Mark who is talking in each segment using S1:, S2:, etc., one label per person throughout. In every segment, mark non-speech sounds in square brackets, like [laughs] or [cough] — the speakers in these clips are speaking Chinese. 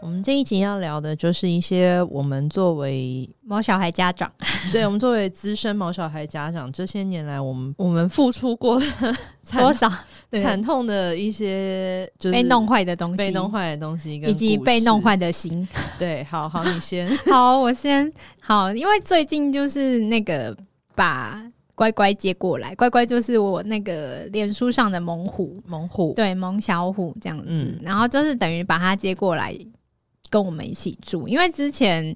S1: 我们这一集要聊的就是一些我们作为
S2: 某小孩家长，
S1: 对我们作为资深毛小孩家长，这些年来我们我们付出过的惨
S2: 多少对
S1: 惨痛的一些就是
S2: 被弄坏的东西，
S1: 被弄，坏的东西跟
S2: 以及
S1: 故
S2: 被弄
S1: 事
S2: 坏的
S1: [laughs]
S2: 心。
S1: 对，好好你先
S2: 好，我先好，因为最近就是那个把乖乖接过来，乖乖就是我那个脸书上的猛虎，
S1: 猛虎
S2: 对，萌小虎这样子，
S1: 嗯
S2: 然后就是等于把它接过来跟我们一起住，因为之前。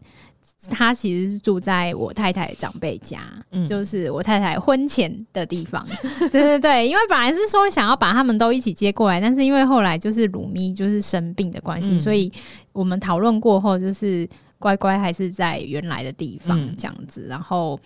S2: 他其实是住在我太太的长辈家，
S1: 嗯
S2: 就是我太太婚前的地方。 [laughs] 对对对，因为本来是说想要把他们都一起接过来，但是因为后来就是鲁咪就是生病的关系，
S1: 嗯
S2: 所以我们讨论过后，就是乖乖还是在原来的地方
S1: 嗯
S2: 这样子，然后。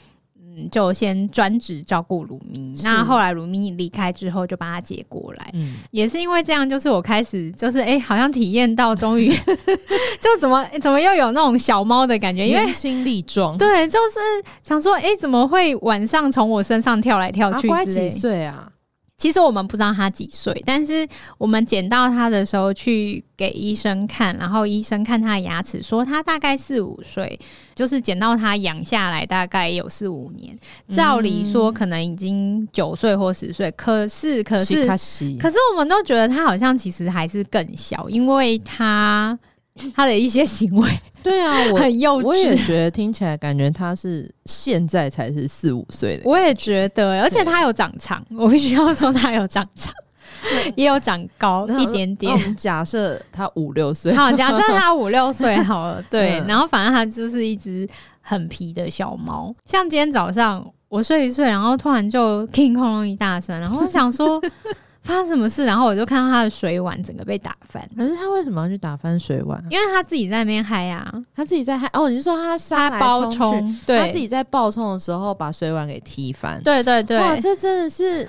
S2: 嗯，就先专职照顾鲁咪。
S1: 是
S2: 那后来鲁咪离开之后，就把他接过来。
S1: 嗯
S2: 也是因为这样，就是我开始就是哎、诶好像体验到终于 [laughs] 就怎么怎么又有那种小猫的感觉，因为
S1: 年轻力壮，
S2: 对，就是想说哎、诶怎么会晚上从我身上跳来跳
S1: 阿
S2: 去
S1: 啊乖
S2: 之类
S1: 几岁啊？
S2: 其实我们不知道他几岁，但是我们捡到他的时候去给医生看，然后医生看他的牙齿，说他大概四五岁，就是捡到他养下来大概有四五年。照理
S1: 嗯
S2: 说可能已经九岁或十岁，可是可是
S1: 他西
S2: 可是我们都觉得他好像其实还是更小，因为他他的一些行为
S1: 对啊，我
S2: 很幼
S1: 我也
S2: 稚。
S1: 觉得听起来感觉他是现在才是四五岁的，
S2: 我也觉得，而且他有长长，我 [laughs] 必须要说他有长
S1: [laughs]
S2: 长，也有长高
S1: 然后
S2: 一点
S1: 那
S2: 点
S1: 我。们假设他五六岁，
S2: 好，假设它五六岁好
S1: [laughs]
S2: 了，对，
S1: 嗯
S2: 然后反正它就是一只很皮的小猫。像今天早上我睡一睡，然后突然就听轰隆一大声，然后我想
S1: [laughs]
S2: 说发生什么事，然后我就看到它的水碗整个被打翻，
S1: [laughs] 可是他为什么要去打翻水碗？啊
S2: 因为它自己在那边嗨啊，
S1: 他自己在嗨哦，你是说他杀
S2: 它
S1: 来
S2: 包
S1: 去，
S2: 冲，
S1: 他
S2: 对，
S1: 自己在暴冲的时候把水碗给踢翻，
S2: 对对
S1: 哇，
S2: 对。
S1: 这真的是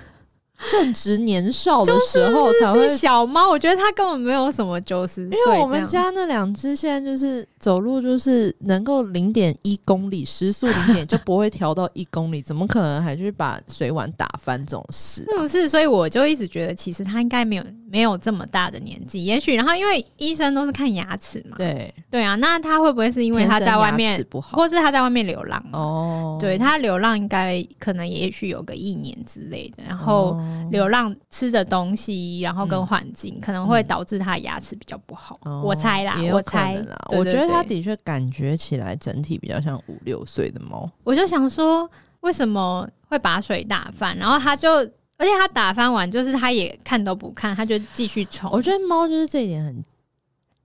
S1: 正值年少的
S2: 就
S1: 时候才会
S2: 是小猫，我觉得它根本没有什么九十岁
S1: 因
S2: 这
S1: 为
S2: 样。
S1: 我们家那两只现在就是走路就是能够零点一公里，时速零点就不会调到一公里，怎么可能还去把水碗打翻这种事？啊
S2: [laughs] 是不是？所以我就一直觉得，其实他应该没有没有这么大的年纪，也许然后因为医生都是看牙齿嘛，
S1: 对，
S2: 对啊，那他会不会是因为
S1: 天
S2: 他
S1: 生
S2: 在外
S1: 牙齿
S2: 面，
S1: 不好
S2: 或是他在外面流浪？
S1: 哦，
S2: 对他流浪应该可能也许有个一年之类的，然后
S1: 哦
S2: 流浪吃的东西，然后
S1: 嗯
S2: 跟环境、可能会导致他牙齿比较不好，
S1: 哦
S2: 我猜啦
S1: 也，有
S2: 我
S1: 可
S2: 猜
S1: 能啦。
S2: 对
S1: 我
S2: 对
S1: 觉得
S2: 对
S1: 它的确感觉起来整体比较像五六岁的猫，
S2: 我就想说，为什么会把水打翻？然后他就，而且他打翻完，就是他也看都不看，他就继续冲。
S1: 我觉得猫就是这一点很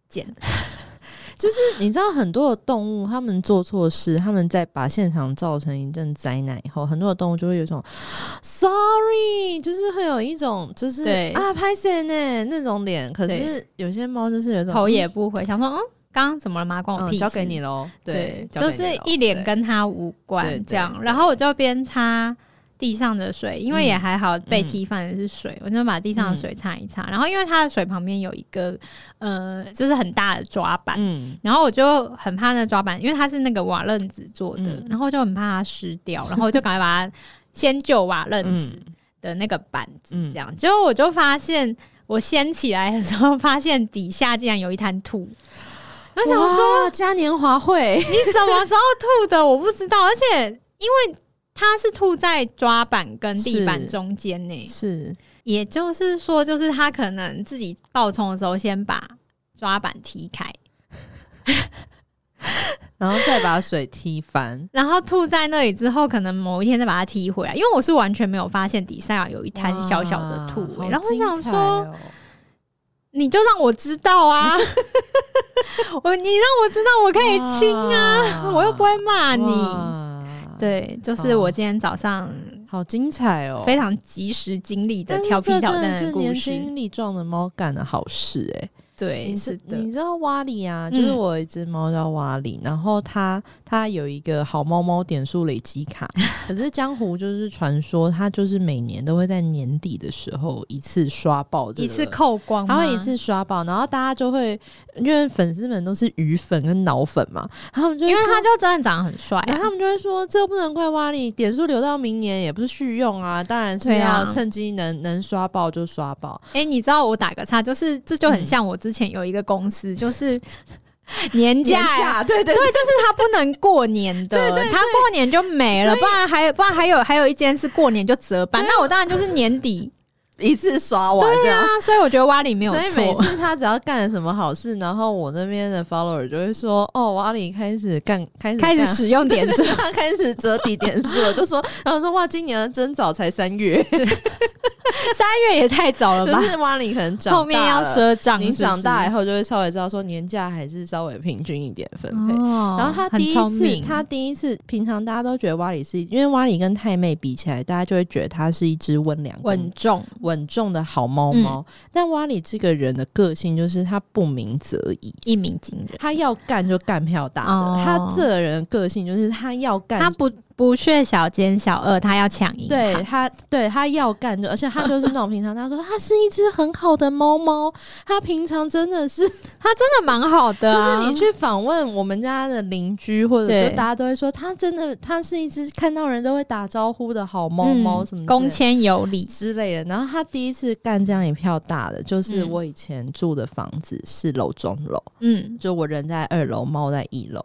S2: 贱。
S1: [laughs] 就是你知道，很多的动物它们做错事，他们在把现场造成一阵灾难以后，很多的动物就会有一种 “sorry”，就是会有一种就是
S2: 对
S1: 啊拍谁呢那种脸。可是
S2: 对
S1: 有些猫就是有一种
S2: 头也不回，想说，嗯，刚刚怎么了吗？关我
S1: 嗯
S2: 屁事。
S1: 交给你喽，对
S2: 对，，
S1: 交
S2: 就
S1: 给
S2: 是
S1: 你咯
S2: 一脸跟他无
S1: 对对
S2: 关这样。
S1: 对
S2: 然后我就边擦地上的水，因为也还好被
S1: 嗯
S2: 踢翻的是水，我就把地上的水擦一擦。然后因为它的水旁边有一个呃，就是很大的抓
S1: 对
S2: 板。
S1: 嗯，
S2: 然后我就很怕那抓板，因为它是那个瓦楞纸做的，
S1: 嗯
S2: 然后我就很怕它湿掉，然后我就赶快把它 [laughs] 先救瓦楞纸的那个板子，
S1: 嗯
S2: 这样。结果我就发现，我掀起来的时候，发现底下竟然有一滩土。 [laughs] 我
S1: 我
S2: 想
S1: 想
S2: 说，
S1: 说嘉年华会，
S2: 你什么时候吐的？我不知道，而且因为它是吐在抓板跟地板
S1: 是
S2: 中间呢，
S1: 是
S2: 也就是说，就是它可能自己爆冲的时候，先把抓板踢开，，
S1: 然后再把水踢翻
S2: 然后吐在那里之后，可能某一天再把它踢回来。因为我是完全没有发现底下有一滩小小的吐
S1: 哇
S2: 欸，然后我想说，。
S1: 好精彩哦
S2: 你就让我知道
S1: [laughs]
S2: 啊，我你让我知道我可以亲啊，
S1: 哇
S2: 我又不会骂你。
S1: 哇，
S2: 对，就是我今天早上
S1: 好精彩哦！
S2: 非常及时经历的
S1: 但是
S2: 调皮
S1: 这
S2: 捣
S1: 真
S2: 蛋
S1: 的是
S2: 故
S1: 年
S2: 事。
S1: 轻力壮的猫干的好事哎、
S2: 对，
S1: 你
S2: 是
S1: 是
S2: 的，
S1: 你知道蛙里啊？就是
S2: 嗯
S1: 我有一只猫叫蛙里，然后它它有一个好猫猫点数累积
S2: [laughs]
S1: 卡，可是江湖就是传说，它就是每年都会在年底的时候一次刷爆、这个，
S2: 一次扣光吗，
S1: 他会一次刷爆，然后大家就会因为粉丝们都是鱼粉跟脑粉嘛，他们就
S2: 因
S1: 会
S2: 为
S1: 说
S2: 他就真的长得很帅、
S1: 然后
S2: 啊
S1: 他。们就会说，这不能怪蛙力，点数留到明年也不是续用啊，当然是
S2: 对啊
S1: 要趁机能、能刷爆就刷爆。
S2: 哎、你知道我打个岔，就是这就
S1: 嗯
S2: 很像我之前有一个公司，就是 [laughs] 年假
S1: 年假对
S2: 对，
S1: 对
S2: 就是他不能过年的，他过年就没了，不然还不然还有还有一间是过年就折
S1: 啊
S2: 半，那我当然就是年底
S1: 一次刷完这
S2: 对
S1: 样。
S2: 啊，所以我觉得蛙里没有
S1: 所以
S2: [laughs]
S1: 每
S2: 错，
S1: 次他只要干了什么好事，然后我那边的 follower 就会说：“哦，蛙力开始干，开始
S2: 开始
S1: 干
S2: 使用点数
S1: 对， [laughs] 他开始折抵点数了，就说，然后说哇，今年的真早才三月，
S2: 三月也太早了
S1: 就
S2: 吧，
S1: 是蛙力可能长大
S2: 后面要
S1: 了
S2: 赊账，
S1: 你
S2: 是不
S1: 长大以
S2: 是
S1: 后就会稍微知道说年假还是稍微平均一点分配。
S2: 哦，
S1: 然后他
S2: 很
S1: 第一
S2: 聪
S1: 次，嗯
S2: 明
S1: 他第一次，平常大家都觉得蛙里是，因为蛙里跟太妹比起来，大家就会觉得它是一只温良
S2: 稳嗯
S1: 恭
S2: 重，
S1: 稳重的好猫猫。但蛙里这个人的个性就是他不鸣则已，
S2: 一鸣惊人，
S1: 他要干就干票大的。
S2: 哦
S1: 他这个人的个性就是他要干
S2: 他不不屑小奸小恶，他要抢赢，
S1: 对他，对他要干就，而且他就是那种平常他说他是一只很好的猫猫，他平常真的是
S2: 他真的蛮好的啊、
S1: 就是你去访问我们家的邻居，或者
S2: 对
S1: 就大家都会说，它真的，它是一只看到人都会打招呼的好猫猫，
S2: 嗯
S1: 什么
S2: 公
S1: 之类
S2: 谦有礼，
S1: 之类的。然后它第一次干这样一票大的，就是
S2: 嗯
S1: 我以前住的房子是楼中楼，
S2: 嗯，
S1: 就我人在二楼，猫在一楼。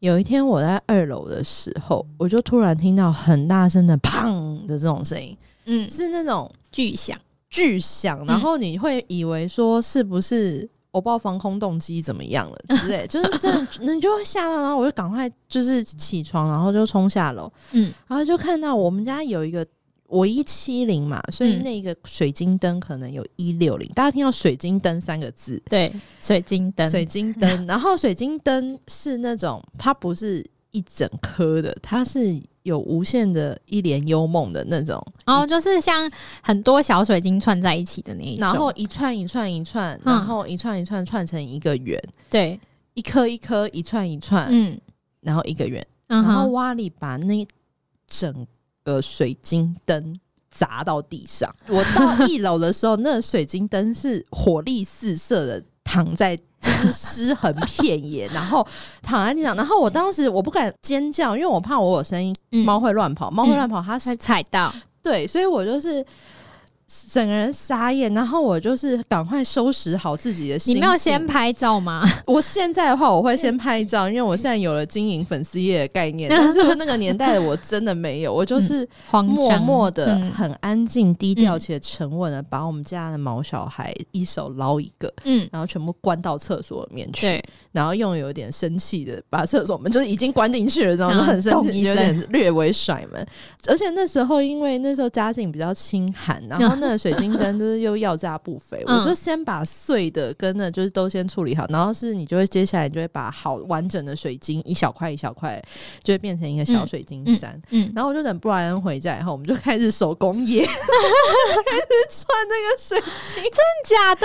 S1: 有一天我在二楼的时候，我就突然听到很大声的“砰”的这种声音，
S2: 嗯，
S1: 是那种
S2: 巨响，
S1: 巨
S2: 嗯
S1: 响，然后你会以为说是不是我不知道防空洞机怎么样了之类， [laughs] 就是真的，你就会吓到，然后我就赶快就是起床，然后就冲下楼，
S2: 嗯，
S1: 然后就看到我们家有一个。我一七零嘛，所以
S2: 嗯
S1: 那个水晶灯可能有一六零。大家听到“水晶灯”三个字，
S2: 对，水晶灯，
S1: 水晶
S2: [laughs]
S1: 灯，然后水晶灯是那种它不是一整颗的，它是有无限的一帘幽梦的那种
S2: 然后就是像很多小水晶串在一起的那一种，
S1: 然后一串一串一串，
S2: 嗯
S1: 然后一串一串串成一个圆，
S2: 对，
S1: 一颗一颗一串一串，
S2: 嗯
S1: 然后一个圆。
S2: 嗯
S1: 呃然后
S2: 哼，
S1: 蛙里把那整个水晶灯砸到地上。我到一楼的时候，那水晶灯是火力四射的躺在。就是尸横
S2: [laughs]
S1: 遍野，然后躺在地上，然后我当时我不敢尖叫，因为我怕我有声音，
S2: 嗯
S1: 猫会乱跑，猫会乱跑，它
S2: 才踩到，
S1: 对，所以我就是整个人傻眼，然后我就是赶快收拾好自己的心
S2: 你
S1: 情。
S2: 没有先拍嗯照吗？
S1: 我现在的话，我会先拍照，因为我现在有了经营粉丝业的概念。
S2: [laughs]
S1: 但是那个年代的我真的没有，我就是
S2: 慌嗯张
S1: 默默的、
S2: 嗯
S1: 很安静、低调且沉稳的，把我们家的毛小孩一手捞一个，
S2: 嗯，
S1: 然后全部关到厕所里面去。
S2: 对，
S1: 然后用有点生气的把厕所门就是已经关进去了，然后
S2: 然
S1: 就
S2: 后
S1: 很生
S2: 嗯咚
S1: 气，
S2: 一
S1: 有
S2: 声
S1: 点略微甩门。而且那时候因为那时候家境比较清寒，然后那个水晶灯就是又要价不菲，
S2: 嗯
S1: 我就先把碎的跟那就是都先处理好，然后是你就会接下来你就会把好完整的水晶一小块一小块就会变成一个小水晶山。
S2: 嗯，
S1: 然后我就等布莱恩回家以后，我们就开始手工业， [laughs] 开始串那个水晶。
S2: 假的，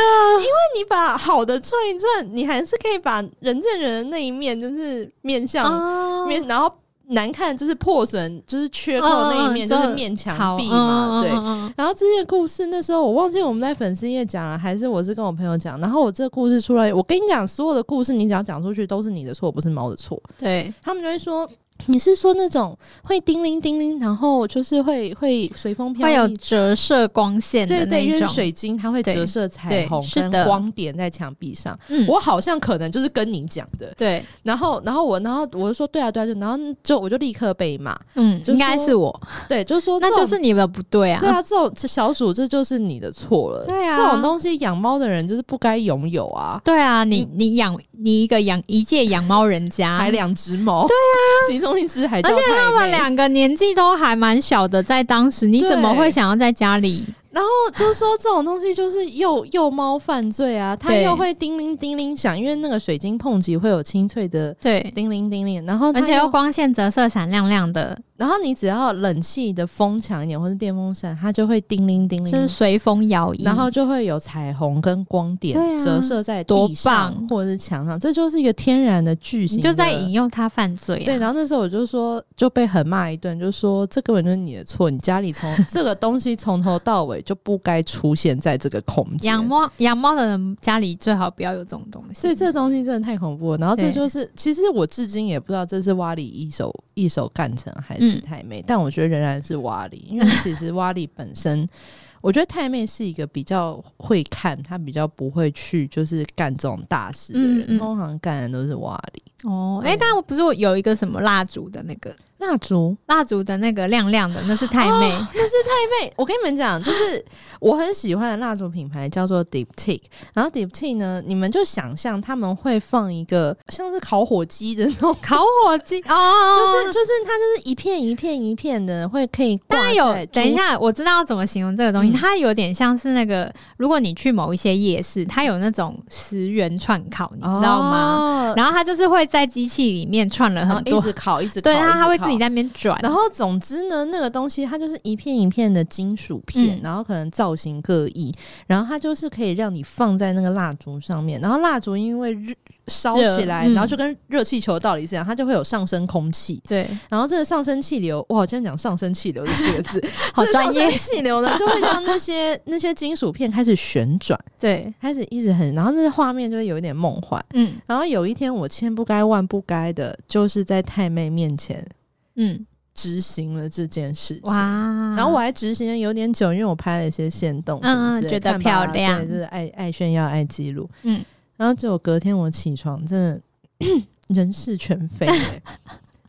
S1: 你把好的串一串，你还是可以把人见人的那一面，就是面向、
S2: 哦
S1: 面，然后难看就是破损，就是缺扣那一面，
S2: 哦
S1: 就是面墙
S2: 嗯
S1: 壁嘛，对。
S2: 对。
S1: 然后这些故事那时候我忘记我们在粉丝页讲了，还是我是跟我朋友讲。然后我这个故事出来，我跟你讲，所有的故事你只要讲出去都是你的错，不是猫的错。
S2: 对，
S1: 他们就会说。你是说那种会叮铃叮铃，然后就是会会随风飘
S2: 会有
S1: 逸
S2: 折射光线的
S1: 对
S2: 那
S1: 对，因
S2: 一
S1: 为
S2: 种，
S1: 水晶它会
S2: 对
S1: 折射彩虹
S2: 对是
S1: 跟
S2: 的
S1: 光点在墙壁上。
S2: 嗯
S1: 我好像可能就是跟你讲的，
S2: 对，
S1: 然后，然后我，然后我就说对啊，对啊，对啊，然后就我就立刻被骂，
S2: 嗯，
S1: 就
S2: 应该
S1: 说
S2: 是我，
S1: 对，就说
S2: 那
S1: 这
S2: 就
S1: 种
S2: 是你的不对啊，
S1: 对啊，这种这小组这就是你的错了，
S2: 对啊
S1: 这种东西养猫的人就是不该拥有啊，
S2: 对啊，你你养你一个养一介养猫人家，
S1: 还两只猫，对啊， [laughs] 其中一只还叫
S2: 啊而且他
S1: 他
S2: 们两个年纪都还蛮小的，在当时你怎么会想要在家里？
S1: 然后就说这种东西就是幼幼猫犯罪啊，它
S2: 对
S1: 又会叮铃叮铃响，因为那个水晶碰击会有清脆的
S2: 对，
S1: 叮铃叮铃，然后它
S2: 而且又
S1: 又
S2: 光线折射闪亮亮的，
S1: 然后你只要冷气的风强一点，或是电风扇，它就会叮铃叮铃，
S2: 就是随风摇曳，
S1: 然后就会有彩虹跟光点
S2: 对啊
S1: 折射在
S2: 多
S1: 地上
S2: 棒
S1: 或者是墙上，这就是一个天然的巨型
S2: 你
S1: 的。
S2: 就在引诱他犯罪、啊。
S1: 对，然后那时候我就说就被狠骂一顿，就说这根本就是你的错，你家里从 [laughs] 这个东西从头到尾就不该出现在这个空间
S2: 养。猫养猫的人家里最好不要有这种东西。
S1: 所以这东西真的太恐怖了。然后这
S2: 嗯对
S1: 就是，其实我至今也不知道这是蛙里一手一手干成还是
S2: 嗯
S1: 太妹，但我觉得仍然是蛙里，因为其实蛙里本身，我觉得太妹是一个比较会看，她比较不会去就是干这种大事的人，
S2: 嗯嗯
S1: 通常干的都是蛙里
S2: 哦，哎、但我不是我有一个什么蜡烛的那个
S1: 蜡烛。
S2: 蜡烛的那个亮亮的，那是
S1: 哦
S2: 太妹。
S1: 对我跟你们讲，就是我很喜欢的蜡烛品牌叫做 Deep Tea，然后 Deep Tea 呢，你们就想象他们会放一个像是烤火鸡的那种，
S2: 烤火鸡哦，
S1: 就是就是它就是一片一片一片的，会可以挂
S2: 它
S1: 在
S2: 有，等一
S1: 竹，
S2: 下，我知道要怎么形容这个东西。
S1: 嗯
S2: 它有点像是那个，如果你去某一些夜市，它有那种十元串烤，你知道吗？
S1: 哦？
S2: 然后它就是会在机器里面串了
S1: 然后
S2: 很
S1: 一
S2: 多，
S1: 直烤，一直烤
S2: 对，
S1: 一直
S2: 它它会自己
S1: 烤
S2: 在那边转。
S1: 然后总之呢，那个东西它就是一片一片的金属片，
S2: 嗯
S1: 然后可能造型各异，然后它就是可以让你放在那个蜡烛上面，然后蜡烛因为热烧
S2: 热
S1: 起来，
S2: 嗯
S1: 然后就跟热气球的道理是一样，它就会有上升空气， [laughs]
S2: 对，
S1: 然后这个上升气流，哇，我今天讲上升气流这四个字，
S2: [laughs] 好专
S1: 这个上
S2: 业。
S1: 升气流呢就会让那些那些金属片开始旋转， [laughs]
S2: 对，
S1: 开始一直很，然后那画面就会有一点梦幻。
S2: 嗯
S1: 然后有一天我千不该万不该的，就是在太妹面前
S2: 嗯，
S1: 执行了这件事情。
S2: 哇！
S1: 然后我还执行的有点久，因为我拍了一些线动什么
S2: 嗯嗯
S1: 之类
S2: 觉
S1: 的，
S2: 得
S1: 看爸爸
S2: 漂亮
S1: 对，就是爱爱炫耀、爱记录。
S2: 嗯
S1: 然后结果隔天我起床，真的 [coughs] 人事全
S2: [laughs]
S1: 非、欸，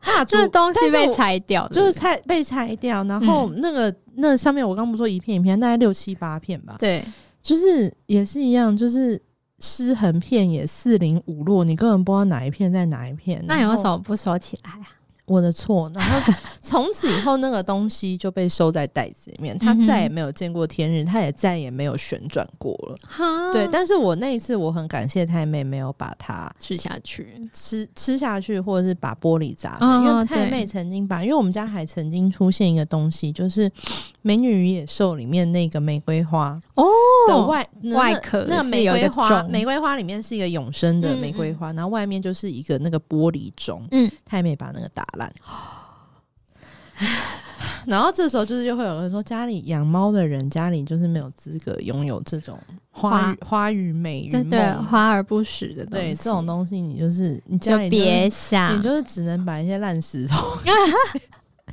S1: 蜡烛
S2: 这东西
S1: 但是
S2: 被
S1: 我
S2: 拆掉了，
S1: 就是拆被拆掉，然后
S2: 嗯
S1: 那个、那上面我刚不是说一片一片，大概六七八片吧，
S2: 对，
S1: 就是也是一样，就是尸横遍野，四零五落，你根本不知道哪一片在哪一片。
S2: 那有
S1: 然
S2: 为
S1: 后
S2: 什么不收起来啊？
S1: 我的错，然后从此以后那个东西就被收在袋子里面，它
S2: 嗯哼
S1: 再也没有见过天日，它也再也没有旋转过了。
S2: 哈
S1: 对，但是我那一次我很感谢太妹没有把它
S2: 吃下去，
S1: 吃吃下去，或者是把玻璃砸了。
S2: 哦
S1: 因为太
S2: 对
S1: 妹曾经把，因为我们家还曾经出现一个东西，就是《美女与野兽》里面那个玫瑰花
S2: 哦
S1: 的外、那
S2: 外壳
S1: 那个
S2: 是
S1: 玫
S2: 有一
S1: 瑰
S2: 个
S1: 花，
S2: 钟
S1: 玫瑰花里面是一个永生的
S2: 嗯
S1: 玫瑰花，然后外面就是一个那个玻璃钟，
S2: 嗯，
S1: 太妹把那个打烂。 [sighs] 然后这时候就是就会有人说，家里养猫的人家里就是没有资格拥有这种花语花语美与
S2: 对
S1: 梦，
S2: 对，华而不实的东西，
S1: 对这种东西你就是你家
S2: 就
S1: 里就是
S2: 别想，
S1: 你就是只能把一些烂石头、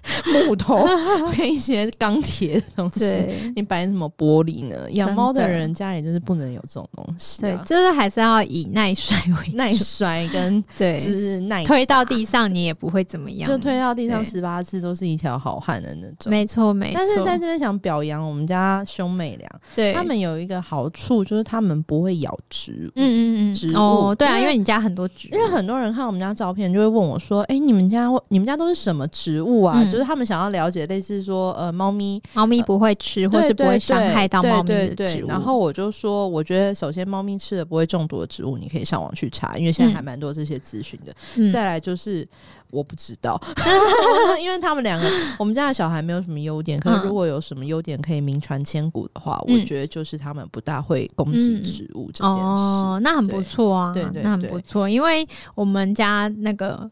S1: [laughs] 木头 [laughs] 跟一些钢铁的东西，
S2: 对。
S1: 你摆什么玻璃呢？养猫的
S2: 真的
S1: 人家里就是不能有这种东西、
S2: 对
S1: 啊，。
S2: 就是还是要以耐摔为主
S1: 耐摔跟 [laughs] 就
S2: 对，
S1: 是耐，
S2: 推到地上你也不会怎么样，
S1: 就推到地上
S2: 对
S1: 十八次都是一条好汉的那种。
S2: 没错没错。
S1: 但是在这边想表扬我们家兄妹俩，
S2: 对
S1: 他们有一个好处就是他们不会咬植物。
S2: 嗯嗯
S1: 植
S2: 嗯
S1: 物
S2: 哦，对啊，
S1: 因
S2: 因
S1: 为
S2: 为你家很多植物，
S1: 因为很多人看我们家照片，就会问我说：“哎、你们家你们家都是什么植物啊？”
S2: 嗯
S1: 就是他们想要了解，类似说呃，猫咪
S2: 猫咪不会吃，或
S1: 对
S2: 是不会伤害到猫咪
S1: 对
S2: 的
S1: 对对
S2: 植
S1: 对
S2: 物。
S1: 然后我就说，我觉得首先猫咪吃了不会中毒的植物，你可以上网去查，因为现在还蛮多这些资讯的。
S2: 嗯
S1: 再来就是我不知
S2: [laughs]
S1: 道，我说因为他们两个，我们家的小孩没有什么优点，可是
S2: 嗯
S1: 如果有什么优点可以名传千古的话，
S2: 嗯
S1: 我觉得就是他们不大会攻击植物这件事。
S2: 哦，那很不
S1: 对
S2: 错啊，
S1: 对对
S2: 那很
S1: 对
S2: 不错。因为我们家那个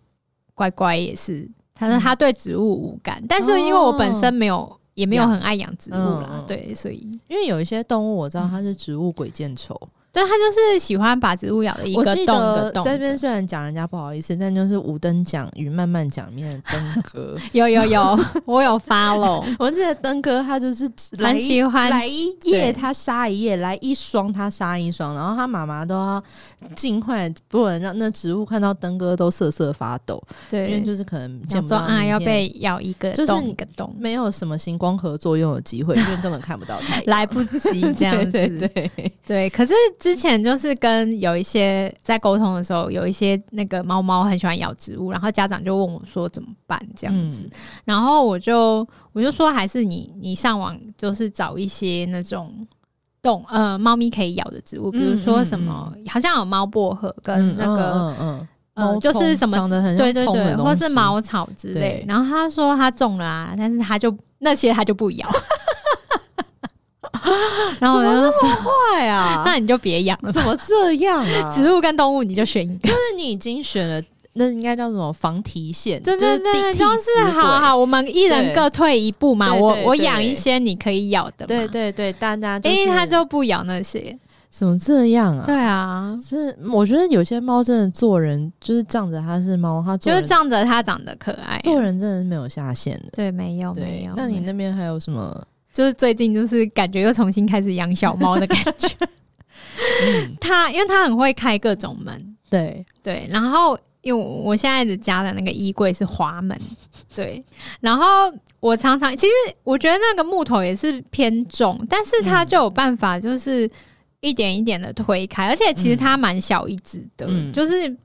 S2: 乖乖也是，他
S1: 嗯
S2: 说他对植物无感，但是因为我本身没有。也没有很爱养植物啦，
S1: 哦嗯嗯
S2: 对，所以
S1: 因为有一些动物我知道它是植物鬼见愁，
S2: 对他就是喜欢把植物咬的一
S1: 我
S2: 个
S1: 记
S2: 洞的
S1: 得
S2: 洞的。
S1: 这边虽然讲人家不好意思，但就是五等奖与慢慢奖里面的登哥。
S2: 有有有， [laughs] 我有 follow，
S1: 我记得登哥他就是 [laughs]
S2: [laughs]
S1: 来
S2: 很
S1: 一
S2: 喜欢
S1: 来一
S2: 对
S1: 夜他杀一夜，来一双他杀一双，然后他妈妈都要尽快，不能让那植物看到登哥都瑟瑟发抖，因为
S2: 对，
S1: 就是可能
S2: 想
S1: 见不
S2: 说
S1: 到
S2: 啊
S1: 明
S2: 要
S1: 天
S2: 被咬一个
S1: 就是
S2: 洞
S1: 你
S2: 一个
S1: [laughs]
S2: 洞，
S1: 没有什么行光合作用
S2: [laughs]
S1: 的机会，因为根本看不到太阳
S2: 来不及这样 [laughs] 子。
S1: [laughs] 对对对，
S2: 对，可是之前就是跟有一些在沟通的时候，有一些那个猫猫很喜欢咬植物，然后家长就问我说怎么办这样
S1: 嗯
S2: 子，然后我就我就说还是你你上网就是找一些那种。动呃，猫咪可以咬的植物，比如
S1: 嗯
S2: 说
S1: 嗯
S2: 什么，好像有猫薄荷跟那个
S1: 嗯嗯嗯
S2: 呃，就是什么
S1: 长得很像
S2: 对对
S1: 葱的
S2: 对，
S1: 东
S2: 或是
S1: 西 [laughs]
S2: 茅草之类
S1: 对。
S2: 然后他说他中了啊，但是他就那些他就不
S1: [laughs]
S2: 咬。然后我就说，
S1: 坏啊
S2: [laughs] 那你就别养了，
S1: 怎么这样啊？ [laughs] 就
S2: 植物跟动物你就选一个。
S1: 是你已经选了，那应该叫什么防蹄线？
S2: 对
S1: [laughs] 就是
S2: 对对，
S1: 地
S2: 就是好。好，我们一人
S1: 对
S2: 各退一步嘛。
S1: 对
S2: 我
S1: 对
S2: 我
S1: 对
S2: 养一些你可以咬的嘛，
S1: 地死鬼对对对，大家就
S2: 因为
S1: 是
S2: 它就不咬那些。
S1: 怎么这样啊？
S2: 对啊，
S1: 是我觉得有些猫真的做人就是仗着它是猫，它做
S2: 就
S1: 人
S2: 是仗着它长得可爱啊。
S1: 做人真的是没有下限的。
S2: 对，没有没
S1: 对
S2: 有。，
S1: 那
S2: 没
S1: 你
S2: 有
S1: 那边还有什么？
S2: 就是最近就是感觉又重新开始养小猫的感
S1: [laughs]
S2: 觉。
S1: 嗯，
S2: 它因为它很会开各种门，
S1: 对，
S2: 对，然后因为我现在的家的那个衣柜是滑门，对，然后我常常其实我觉得那个木头也是偏重，但是它
S1: 嗯
S2: 就有办法就是一点一点的推开，而且其实它蛮小一只的，
S1: 嗯
S2: 就是。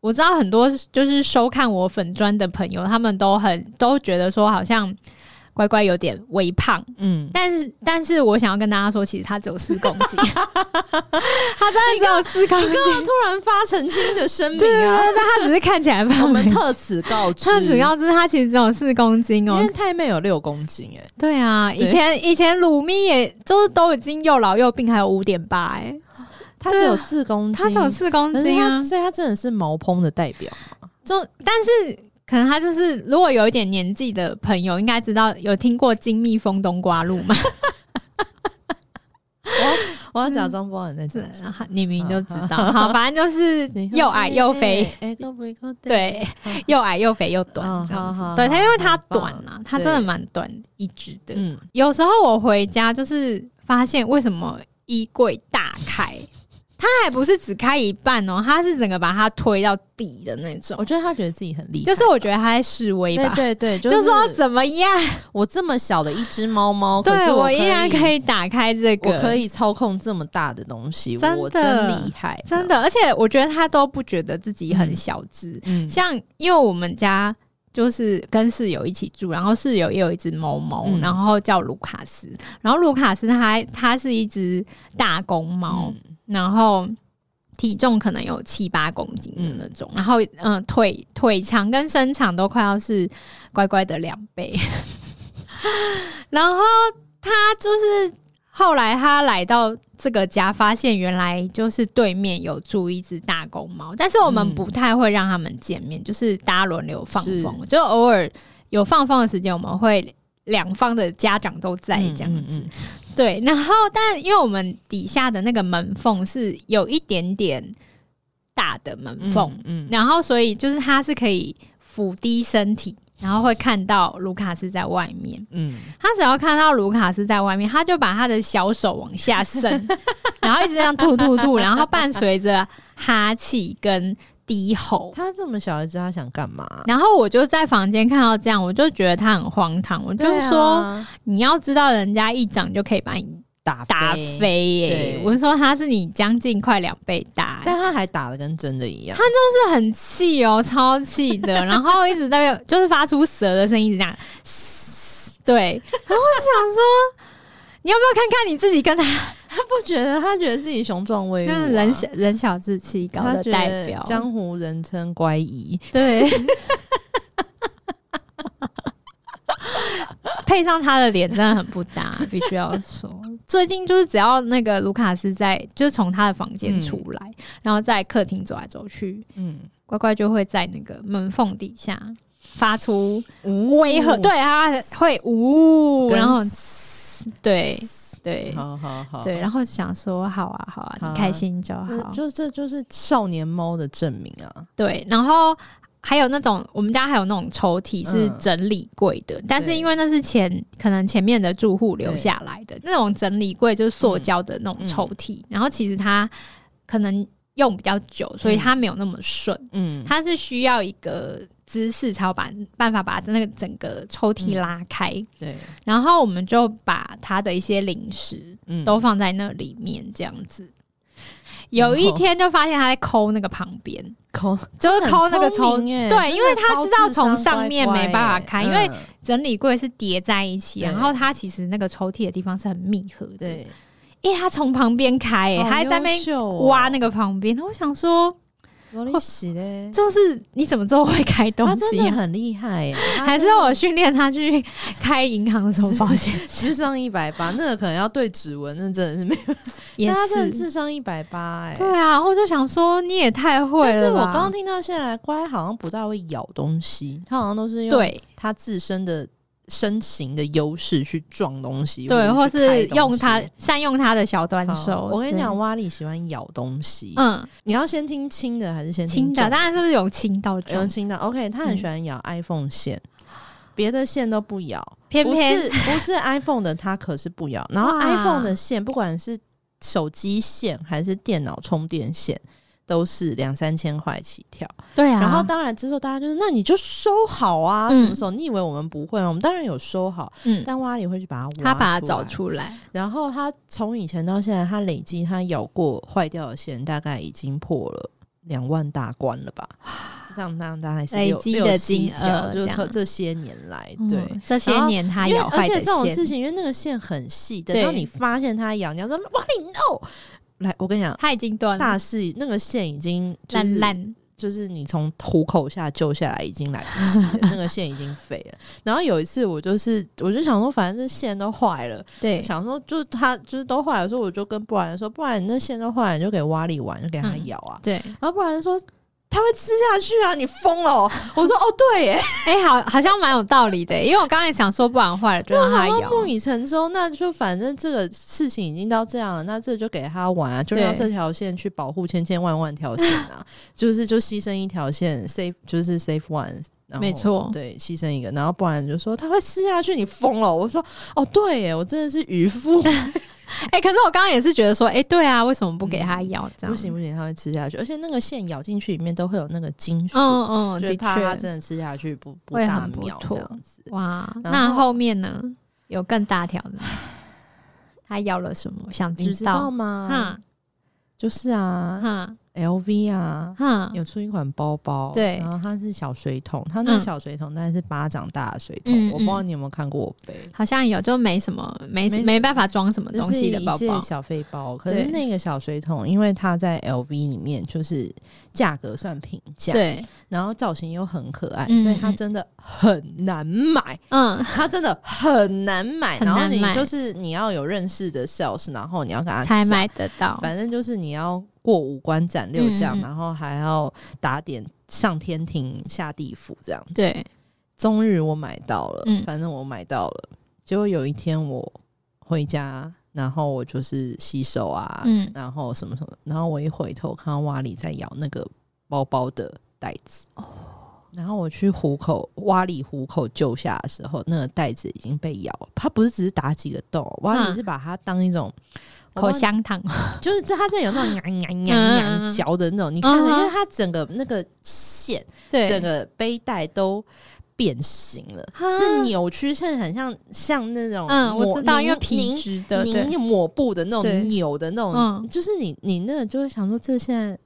S2: 我知道很多就是收看我粉砖的朋友，他们都很都觉得说好像乖乖有点微胖，
S1: 嗯，
S2: 但是但是我想要跟大家说，其实它只有四公
S1: [laughs]
S2: 斤，
S1: 啊
S2: 它真的只有四公斤，
S1: 干嘛突然发澄清的声
S2: [laughs]
S1: 明
S2: 对对
S1: 啊？
S2: 对，但它只是看起来胖而已。
S1: 我们特此告知，
S2: 特只告知它其实只有四公斤
S1: 因
S2: 哦
S1: 为。太妹有六公斤哎、
S2: 对啊，
S1: 对
S2: 以前以前鲁咪也就是都已经又老又病，还有五点八哎，
S1: 它
S2: 对
S1: 只
S2: 啊
S1: 有四公斤，
S2: 它只有四公
S1: 可是
S2: 斤啊
S1: 它，所以它真的是毛蓬的代表。
S2: 就但是。可能它就是，如果有一点年纪的朋友，应该知道有听过金蜜蜂冬瓜露 [laughs] 嘛？
S1: 我要假装不知道你在讲什么。
S2: 你明明就知道。好，反正就是
S1: 你看
S2: 又矮又肥，，
S1: 哎、够不够？，
S2: 对，又矮又肥又哦短
S1: 嗯
S2: 这样子。
S1: 好好
S2: 对，它因为
S1: 好
S2: 它
S1: 很棒
S2: 短啦，它真的蛮短一只的。
S1: 嗯，
S2: 有时候我回家就是发现为什么衣柜大开，它还不是只开一半哦，它是整个把它推到底的那种
S1: 我。觉得他觉得自己很厉害，
S2: 就是我觉得它在示威
S1: 对
S2: 吧。
S1: 对
S2: [laughs]
S1: 对，
S2: 就是说怎么样？
S1: 我这么小的一只猫猫，可
S2: 对
S1: 是我
S2: 依然可
S1: 以，
S2: 以打开这个，
S1: 我可以操控这么大的东西，
S2: 真的
S1: 我真厉害，
S2: 真，的。而且我觉得它都不觉得自己很小只，
S1: 嗯
S2: 像因为我们家就是跟室友一起住，然后室友也有一只猫猫，
S1: 嗯
S2: 然后叫卢卡斯，然后卢卡斯它它是一只大公猫，
S1: 嗯
S2: 然后。体重可能有七八公斤的那种，然后嗯、呃腿腿长跟身长都快要是乖乖的两倍， [laughs] 然后他就是后来他来到这个家，发现原来就是对面有住一只大公猫，但是我们
S1: 嗯
S2: 不太会让他们见面，就是大家轮流放
S1: 是
S2: 风，就偶尔有放风的时间，我们会两方的家长都在这样子。
S1: 嗯嗯
S2: 对，然后但因为我们底下的那个门缝是有一点点大的门
S1: 嗯
S2: 缝，
S1: 嗯
S2: 然后所以就是它是可以俯低身体，然后会看到卢卡斯在外面。
S1: 嗯，
S2: 他只要看到卢卡斯在外面，他就把他的小手往下
S1: [laughs]
S2: 伸，然后一直这样吐吐吐，然后伴随着哈气跟低吼。
S1: 他这么小一只，他想干嘛？
S2: 然后我就在房间看到这样，我就觉得他很荒唐。我 [laughs] 就
S1: 对啊
S2: 说，你要知道，人家一掌就可以把你
S1: 打
S2: 打
S1: 飞，
S2: 飞耶、
S1: 对
S2: 我说他是你将近快两倍大、欸，
S1: 但他还打的跟真的一样，
S2: 就是很气
S1: [laughs]
S2: 哦，超气的，然后一直在就是发出蛇的声音，一直这样，嘶对。然后我就想说，你要不要看看你自己跟他
S1: 他不觉得，他觉得自己雄壮威武啊，
S2: 那人小人小志气高
S1: 他
S2: 的
S1: 觉
S2: 代
S1: 得
S2: 表，
S1: 江湖人称乖姨，
S2: 对， [laughs] 配上他的脸真的很不搭，必须要说。最近就是只要那个卢卡斯在，就是从他的房间出来，然后在客厅走来走去，
S1: 嗯，
S2: 乖乖就会在那个门缝底下发出威吓，对，他会呜，
S1: 跟
S2: 然后对对
S1: 好好好，
S2: 对，然后就想说好啊好啊，
S1: 好啊
S2: 你开心就
S1: 嗯
S2: 好，
S1: 就这就是少年猫的证明啊！
S2: 对，然后。还有那种，我们家还有那种抽屉是
S1: 嗯
S2: 整理柜的，但是
S1: 对
S2: 因为那是前可能前面的住户留下来的那种整理柜，就是塑胶的那种
S1: 嗯
S2: 抽屉，然后其实它可能用比较久，所以
S1: 嗯
S2: 它没有那么顺。
S1: 嗯，
S2: 它是需要一个姿势才有把办法把那个整个抽
S1: 嗯
S2: 屉拉开，
S1: 对，
S2: 然后我们就把它的一些零食
S1: 嗯
S2: 都放在那里面，这样子。有
S1: 哦
S2: 一天就发现他在抠那个旁边，
S1: [laughs] 抠，
S2: 就是抠那个抽，对，因为
S1: 他
S2: 他知道从上面没办法开，因为
S1: 嗯
S2: 整理柜是叠在一起，啊
S1: 对
S2: 然后它其实那个抽屉的地方是很密合的，
S1: 对，哦
S2: 因为他从旁边开、欸，
S1: 好
S2: 他还在那
S1: 优
S2: 边
S1: 秀哦
S2: 挖那个旁边，我想说，
S1: 罗丽喜嘞，
S2: 就是你什么时候会开东
S1: 他真
S2: 西
S1: 的
S2: 啊、
S1: 很厉害耶，他
S2: [laughs] 还是
S1: 真的
S2: 我训练他去开银行什么保
S1: [laughs]
S2: 险？
S1: 智商一百八，那个可能要对指纹，那真的是没有。
S2: 也
S1: 但他真的
S2: 是，
S1: 智商一百八，哎，
S2: 对啊。我就想说，你也太会了吧。
S1: 但是我刚刚听到现在，乖好像不大会咬东西，他好像都是用
S2: 对
S1: 他自身的身形的优势去撞东西，
S2: 对，或
S1: 者去开
S2: 是
S1: 东西
S2: 用它善用它的小短
S1: 好
S2: 手。
S1: 我跟你
S2: 对
S1: 讲，，蛙力喜欢咬东西，
S2: 嗯，
S1: 你要先听轻的还是先
S2: 轻
S1: 听
S2: 的
S1: 重
S2: 当然就是有轻嗯到
S1: 的？用
S2: 重，
S1: 轻的，OK，他很喜欢咬 iPhone 线。别的线都不咬，
S2: 偏偏
S1: 不 [laughs] 是不是 iPhone 的，它可是不咬。然后
S2: 哇
S1: iPhone 的线，不管是手机线还是电脑充电线，都是两三千块起跳。
S2: 对啊。
S1: 然后当然之后大家就是，那你就收好啊，
S2: 嗯
S1: 什么时候？你以为我们不会吗？我们当然有收好，
S2: 嗯，
S1: 但蛙里会去把它挖
S2: 他把它
S1: 出
S2: 找
S1: 来。
S2: 出来，
S1: 然后他从以前到现在，他累计他咬过坏掉的线，大概已经破了两万大关了 [sighs] 吧？让让大概是
S2: 累
S1: 六
S2: 积
S1: 六
S2: 的
S1: 七
S2: 金
S1: 条
S2: 额
S1: 就是
S2: 这
S1: 这
S2: 样
S1: 这些年来，对。
S2: 嗯这
S1: 然
S2: 些
S1: 后
S2: 年他
S1: 因为
S2: 咬
S1: 而
S2: 坏
S1: 且
S2: 的
S1: 这种
S2: 线
S1: 事，情，因为那个线很细，等
S2: 对
S1: 到你发现它咬，你要说哇你 no，来，我跟你讲，
S2: 他已经断
S1: 大
S2: 了，
S1: 事那个线已经就是
S2: 烂烂，
S1: 就是你从虎口下救下来已经来不及 [laughs] 了，那个线已经废了。然后有一次我就是，我就想说，反正这线都坏了，
S2: 对，
S1: 想说就是他就是都坏了，所以我就跟布兰说，不然你那线都坏了，你就给蛙里玩，就给他
S2: 嗯
S1: 咬啊。
S2: 对，
S1: 然后布兰说。他会吃下去啊！你疯了
S2: [laughs]
S1: 哦、我说哦，对耶，
S2: 哎、好，好像蛮有道理的，因为我刚才想说，不然坏了就让它
S1: 啊好
S2: 咬
S1: 像。木已成舟，那就反正这个事情已经到这样了，那这就给他玩
S2: [laughs]
S1: 啊，就让
S2: 对
S1: 这条线去保护千千万万条线啊，就是就牺牲一条线，save 就是 save one，然后
S2: 没错
S1: 哦对，牺牲一个，然后不然就说他会吃下去，你疯了哦。我说哦，对耶，我真的是渔夫，
S2: 哎、可是我刚刚也是觉得说，哎、对啊，为什么不给它咬？这样、
S1: 嗯不行不行，他会吃下去，而且那个线咬进去里面都会有那个金属，
S2: 嗯嗯，
S1: 就
S2: 的
S1: 是怕他
S2: 确，
S1: 真的吃下去不不
S2: 会
S1: 大
S2: 很不
S1: 妙这
S2: 妥
S1: 样子。
S2: 哇，
S1: 然
S2: 那
S1: 后
S2: 后面呢？有更大条的
S1: [sighs]
S2: 吗，它咬了什么？想
S1: 你知道
S2: 道？
S1: 吗
S2: 哈？
S1: 就是啊
S2: 哈
S1: ，LV 啊，
S2: 哈，
S1: 有出一款包包，
S2: 对
S1: 然后它是小水桶，它那个
S2: 嗯
S1: 小水桶大概是巴掌大的水桶，
S2: 嗯
S1: 我不知道你有没有看过我背，
S2: 好像有，就没什么，没
S1: 没
S2: 没办法装什么东
S1: 是
S2: 西的
S1: 一
S2: 包
S1: 件
S2: 包。
S1: 小背包，可是
S2: 对
S1: 那个小水桶，因为它在 LV 里面就是价格算平价，，
S2: 对，
S1: 然后造型又很可爱，
S2: 嗯
S1: 所以它真的很难买， [laughs]
S2: 嗯，
S1: 它真的很难买，
S2: 很
S1: 然
S2: 难
S1: 后你
S2: 买
S1: 就是你要有认识的 sales，然后你要跟他
S2: 才
S1: 讲
S2: 买得到。
S1: 反正就是你要过五关斩六将，
S2: 嗯嗯嗯
S1: 然后还要打点上天庭下地府这样子。
S2: 对，
S1: 终于我买到了，
S2: 嗯
S1: 反正我买到了。结果有一天我回家，然后我就是洗手啊，
S2: 嗯
S1: 然后什么什么的，然后我一回头看到蛙里在咬那个包包的袋子，然后我去虎口蛙里虎口救下的时候，那个袋子已经被咬了，它不是只是打几个洞，蛙里
S2: 嗯
S1: 是把它当一种
S2: 口香
S1: [laughs]
S2: 糖，
S1: 就是这它这有那种娘娘娘
S2: 嗯
S1: 娘嚼的那种，你看
S2: 嗯
S1: 着，
S2: 哼
S1: 因为它整个那个线，
S2: 对，
S1: 整个背带都变形了，
S2: 哈
S1: 是扭曲，甚至很像像那种
S2: 嗯，我
S1: 抹
S2: 知道，
S1: 凝
S2: 因为皮
S1: 凝
S2: 质的，对，
S1: 凝抹布的那
S2: 对
S1: 种扭的那种，
S2: 嗯
S1: 就是你你那个就会想说，这现在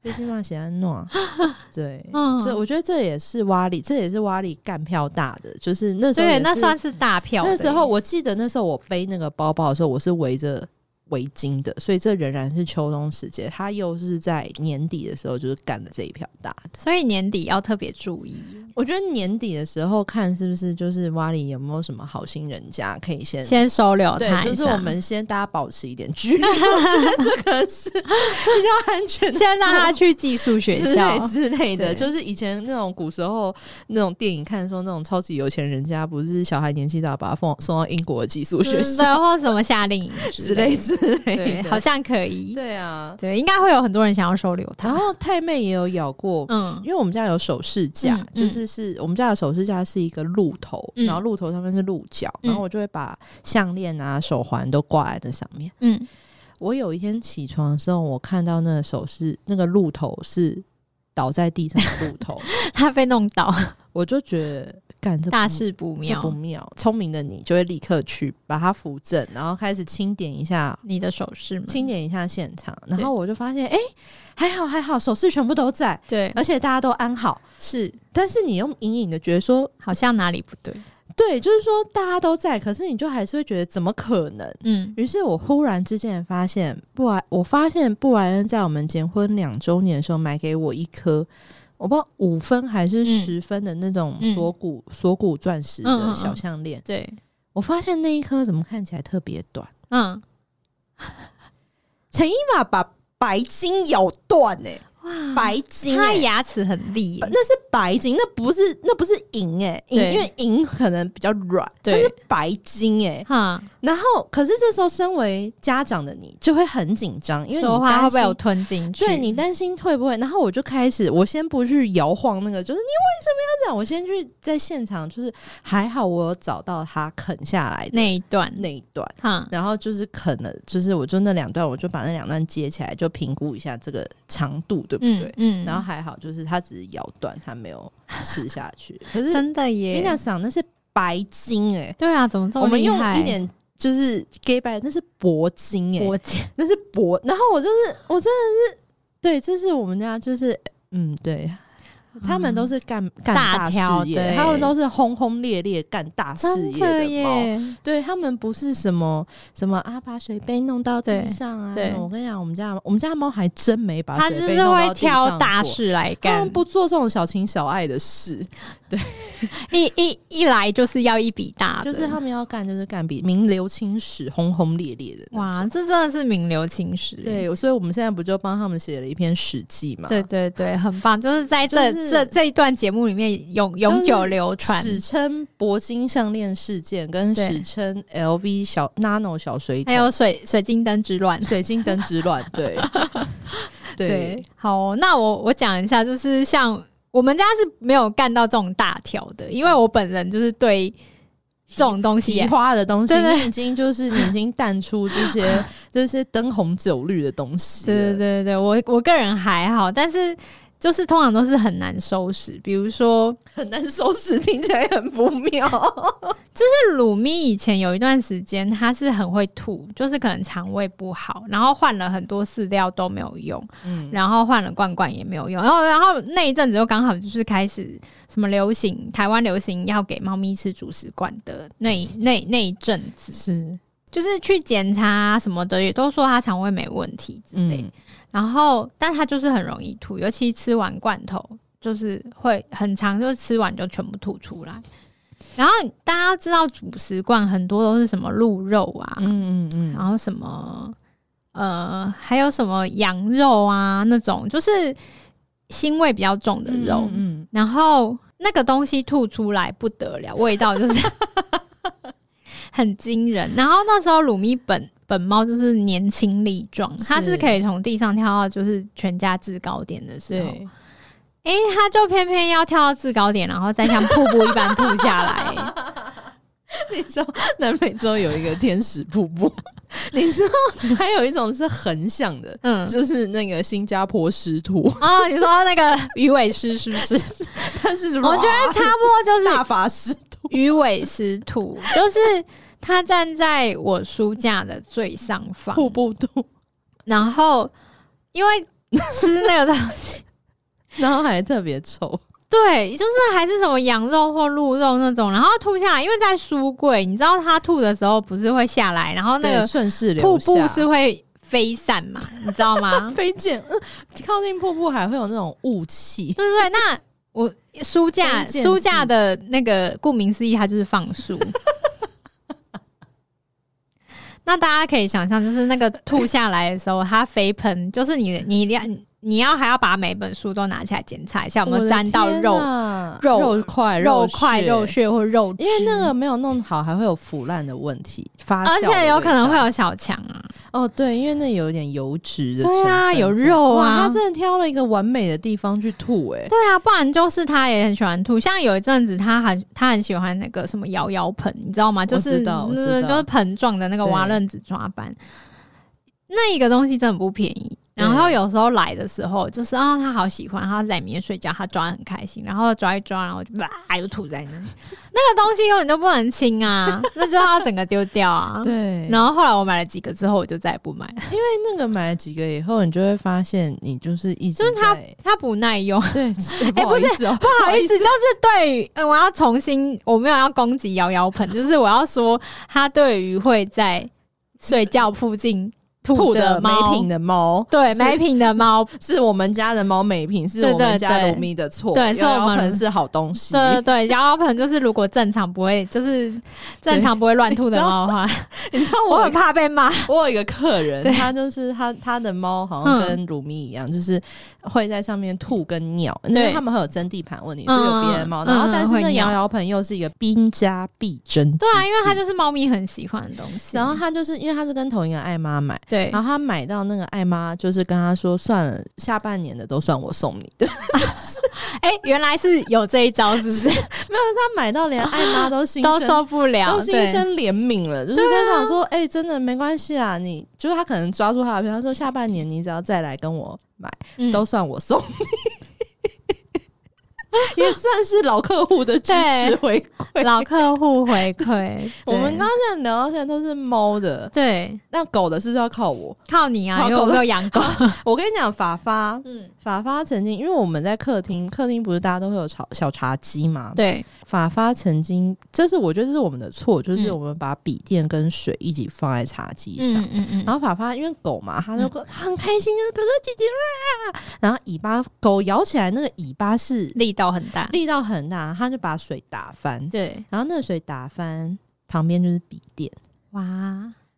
S1: 最起码写安诺，
S2: [laughs]
S1: 对。
S2: 嗯，
S1: 这我觉得这也是瓦里，这也是瓦里干票大的，就是那时候也
S2: 对，
S1: 是
S2: 那算是大票的耶。
S1: 那时候我记得那时候我背那个包包的时候，我是围着围巾的，所以这仍然是秋冬时节。它又是在年底的时候，就是干了这一票大的。
S2: 所以年底要特别注意。
S1: 我觉得年底的时候看是不是就是蛙里有没有什么好心人家可以先。
S2: 先收留
S1: 对
S2: 他，一下，
S1: 就是我
S2: [laughs]
S1: 们先大家保持一点距离，我 [laughs] 觉得这个 [laughs] 是比较安全的。
S2: 先让他去寄宿学校。
S1: 之类之类的，
S2: 对
S1: 就是以前那种古时候那种电影看说那种超级有钱人家，不是小孩年纪大把他送送到英国寄宿学校
S2: 对，或什么夏令营
S1: [laughs] 之类
S2: 的，
S1: 之类
S2: 对，
S1: 的， [laughs]
S2: 好像可以，
S1: 对啊，
S2: 对，应该会有很多人想要收留
S1: 然
S2: 他。
S1: 后太妹也有咬过，
S2: 嗯
S1: 因为我们家有首饰架，
S2: 嗯嗯
S1: 就是是我们家的首饰架是一个鹿头，
S2: 嗯
S1: 然后鹿头上面是鹿角，
S2: 嗯
S1: 然后我就会把项链啊、手环都挂在那上面。
S2: 嗯，
S1: 我有一天起床的时候，我看到那个首饰那个鹿头是倒在地上的鹿头，
S2: 他被弄
S1: [laughs]
S2: 倒，
S1: 我就觉得干这不
S2: 大事不
S1: 这
S2: 妙
S1: 不。妙，聪明的你就会立刻去把它扶正，然后开始清点一下
S2: 你的手势吗？
S1: 清点一下现场，然
S2: 嗯对
S1: 后我就发现，哎、还好还好，首饰全部都在，
S2: 对，
S1: 而且大家都安好。
S2: 是
S1: 但是你又隐隐的觉得说，
S2: 好像哪里不对，
S1: 对，就是说大家都在，可是你就还是会觉得怎么可能？
S2: 嗯
S1: 于是我忽然之间发现，布莱，我发现布莱恩在我们结婚两周年的时候买给我一颗，我不知道五分还是十分的那种
S2: 嗯
S1: 锁骨、锁骨钻石
S2: 嗯嗯
S1: 的
S2: 嗯
S1: 小项链。
S2: 对，
S1: 我发现那一颗怎么看起来特别短，
S2: 嗯，
S1: 陈一玛把白金咬断哎、
S2: 哇，
S1: 白金、
S2: 他
S1: 欸。
S2: 牙齿很利耶，
S1: 呃那是白金，那不是那不是银哎、银
S2: 对
S1: 因为银可能比较软，
S2: 对
S1: 但是白金哎、
S2: 哈，
S1: 然后可是这时候身为家长的你就会很紧张，因为你
S2: 说话
S1: 担
S2: 会不会
S1: 心
S2: 有吞进去？
S1: 对你担心会不会？然后我就开始，我先不去摇晃那个，就是你为什么要这样？我先去在现场，就是还好我有找到他啃下来的
S2: 那一段，
S1: 那一段，
S2: 哈，
S1: 然后就是啃了，就是我就那两段，我就把那两段接起来，就评估一下这个长度对不对
S2: 嗯？嗯，
S1: 然后还好，就是他只是咬断，他没有吃下
S2: [laughs]
S1: 去。可是
S2: 真的耶
S1: 你，俩想那是白金哎、
S2: 对啊，怎么这么
S1: 我们
S2: 厉
S1: 用
S2: 害
S1: 一点。就是 gay 白，那是铂金哎、
S2: 我见
S1: 那是薄，然后我就是我真的是对，这是我们家就是嗯对。他们
S2: [laughs]
S1: 都是干干
S2: 嗯大
S1: 大
S2: 条
S1: 事业，
S2: 对
S1: 他们都是轰轰烈烈干大事
S2: 嗯真
S1: 业
S2: 的
S1: 的猫。
S2: 耶，
S1: 对他们不是什么什么啊，把水杯弄到地
S2: 对
S1: 上啊
S2: 对。
S1: 我跟你讲，我们家我们家的猫还真没把
S2: 他就是
S1: 水杯弄
S2: 会
S1: 到地上
S2: 挑大
S1: 过，
S2: 事来
S1: 他
S2: 干
S1: 们，不做这种小情小爱的事，
S2: 一一一来就是要一笔大的，
S1: 就是他们要干就是干比名留青史、轰轰烈烈的那
S2: 哇，
S1: 种。
S2: 这真的是名留青史，
S1: 对，所以我们现在不就帮他们写了一篇史记嘛？
S2: 对对对，很棒，就是在这、
S1: 就是
S2: 这这一段节目里面永永久流传，
S1: 史称铂金项链事件，跟
S2: 对
S1: 史称 LV 小 Nano 小水桶，
S2: 还有水水晶灯之乱。
S1: [laughs] 水晶灯之乱，对 [laughs] 对
S2: 对，好哦、那我我讲一下，就是像我们家是没有干到这种大条的，因为我本人就是对这种东西
S1: 提花的东西，
S2: 对对
S1: 你已经就是你已经淡出这 [laughs] 些这些灯红酒绿的东西了，
S2: 对对对对，我我个人还好，但是就是通常都是很难收拾。比如说，
S1: 很难收拾，听起来很不妙。
S2: 就是鲁咪以前有一段时间，他是很会吐，就是可能肠胃不好，然后换了很多饲料都没有用，
S1: 嗯，
S2: 然后换了罐罐也没有用，然后然后那一阵子又刚好就是开始什么流行，台湾流行要给猫咪吃主食罐的那一
S1: 嗯
S2: 那那一阵子，
S1: 是
S2: 就是去检查什么的，也都说它肠胃没问题之类的
S1: 嗯，
S2: 然后，但它就是很容易吐，尤其吃完罐头，就是会很长，就吃完就全部吐出来。然后大家知道主食罐很多都是什么鹿肉啊，
S1: 嗯嗯嗯，
S2: 然后什么呃，还有什么羊肉啊那种，就是腥味比较重的肉。
S1: 嗯，
S2: 然后那个东西吐出来不得了，味道就是 [laughs] 很惊人。然后那时候鲁咪本本猫就是年轻力壮，
S1: 是
S2: 它是可以从地上跳到就是全家制高点的时候，
S1: 对，
S2: 诶，它就偏偏要跳到制高点，然后再像瀑布一般吐下来。
S1: [laughs] [laughs] 你知道南美洲有一个天使瀑布， [laughs] 你知道还有一种是横向的，
S2: 嗯，
S1: 就是那个新加坡狮徒，
S2: 哦，你说那个鱼尾狮是不是？
S1: 但是
S2: 我觉得差不多就是
S1: 大法师
S2: 鱼尾狮兔，就是它站在我书架的最上方，
S1: 瀑布肚，
S2: 然后因为吃那个东西，
S1: [laughs]
S2: [laughs]
S1: 然后还特别臭，
S2: 对，就是还是什么羊肉或鹿肉那种，然后吐下来，因为在书柜，你知道它吐的时候不是会下来，然后那
S1: 对
S2: 个
S1: 顺势流
S2: 瀑
S1: 下？
S2: 布是会飞散嘛，你知道吗
S1: 飞溅，嗯，靠近瀑布还会有那种雾气，
S2: 对对对，那我书架
S1: 关键
S2: 书
S1: 是
S2: 架的那个顾名思义，它就是放书。 [laughs] 那大家可以想象，就是那个吐下来的时候，它飞喷，就是你你要你要还要把每本书都拿起来检查一下有没
S1: [laughs] 我
S2: 有
S1: 的
S2: 沾到
S1: 天
S2: 肉、
S1: 哪
S2: 肉
S1: 肉块、
S2: 肉块、
S1: 屑
S2: 肉。屑或肉汁，
S1: 因为那个没有弄好，还会有腐烂的问题，发酵
S2: 而
S1: 的味道
S2: 且有可能会有小强啊，
S1: 哦，对，因为那有一点油脂的成分
S2: 对
S1: 在，
S2: 啊，有肉
S1: 哇，
S2: 啊
S1: 他，真的挑了一个完美的地方去吐、欸，哎，
S2: 对啊，不然就是他也很喜欢吐。像有一阵子，他很他很喜欢那个什么摇摇盆，你知道吗？就
S1: 我
S2: 是
S1: 知道我知
S2: 就是
S1: 道
S2: 就是盆状的那个
S1: 对
S2: 蛙楞子抓板。那一个东西真的不便宜。然后
S1: 对
S2: 有时候来的时候，就是啊，他好喜欢，他在里面睡觉，他抓得很开心，然后抓一抓，然后就哇，又吐在那里。 [laughs] 那个东西根本就不能清啊，那就要整个丢掉 [laughs] 啊。
S1: 对然后
S2: 然后后来我买了几个之后，我就再也不买了，
S1: 那个买了几个以后，你就会发现你就是一直
S2: 就是它
S1: 在
S2: 它不耐用。 [laughs]
S1: 对，不好
S2: 不
S1: 意
S2: 是
S1: 思哦，
S2: 不好意思，就是对于、呃我要重新，我没有要攻击摇摇盆， [laughs] 就是我要说，它对于会在睡觉附近
S1: 吐
S2: 的
S1: 的美
S2: 猫，
S1: 品的猫，
S2: 对
S1: 是
S2: 美品的猫，
S1: 是我们家的猫美品，是
S2: 对
S1: 我们
S2: 对
S1: 家
S2: 对
S1: 罗咪的错，
S2: 对是我们
S1: 可能是好东西。
S2: 对对对，摇摇盆就是如果正常不会，就是正常不会乱 [laughs] 吐的猫的话，
S1: 你知道
S2: 我
S1: 我
S2: 很怕被骂。
S1: 我有一个客人，
S2: 对嗯
S1: 他就是他他的猫好像跟鲁咪一样，就是会在上面吐跟尿，因为
S2: 对
S1: 他们会有争地盘问题，
S2: 嗯
S1: 所以有别的猫。
S2: 嗯
S1: 然后
S2: 嗯
S1: 但是那
S2: 会尿
S1: 摇摇盆又是一个兵家必争，
S2: [laughs] 对啊，因为它就是猫咪很喜欢的东西。
S1: 然后他就是因为他是跟同一个艾妈买。
S2: 对
S1: 然后他买到那个艾妈，就是跟他说算了，下半年的都算我送你的。 [laughs]
S2: 哎、原来是有这一招，是不是？
S1: 没有，他买到连艾妈都心
S2: 都
S1: 生
S2: 受不了，
S1: 都
S2: 对
S1: 心生怜悯
S2: 啊
S1: 了，就是他想说，哎、真的没关系啊，你就是他可能抓住他的票，他说下半年你只要再来跟我买，
S2: 嗯
S1: 都算我送你， [laughs] 也算是老客户的支持
S2: 对
S1: 回馈。
S2: 老客户回 [laughs] 馈。
S1: 我们
S2: 对
S1: 刚刚现在聊到现在都是猫的，
S2: 对
S1: 那狗的是不是要靠我？
S2: 靠你啊，
S1: 好
S2: 因为我没有养狗。
S1: 我跟你讲，法发
S2: 嗯，
S1: 法发曾经，因为我们在客厅，客厅不是大家都会有炒小茶几嘛？
S2: 对，
S1: 法发曾经，这是我觉得这是我们的错，就是
S2: 嗯
S1: 我们把笔电跟水一起放在茶几上。
S2: 嗯嗯
S1: 然后法发因为狗嘛，它就很开心，就是哥哥姐姐啊，然后尾巴狗咬起来，那个尾巴是
S2: 力道很大。
S1: 力道很大，它就把水打翻，
S2: 对，
S1: 然后那个水打翻旁边就是笔电，
S2: 哇，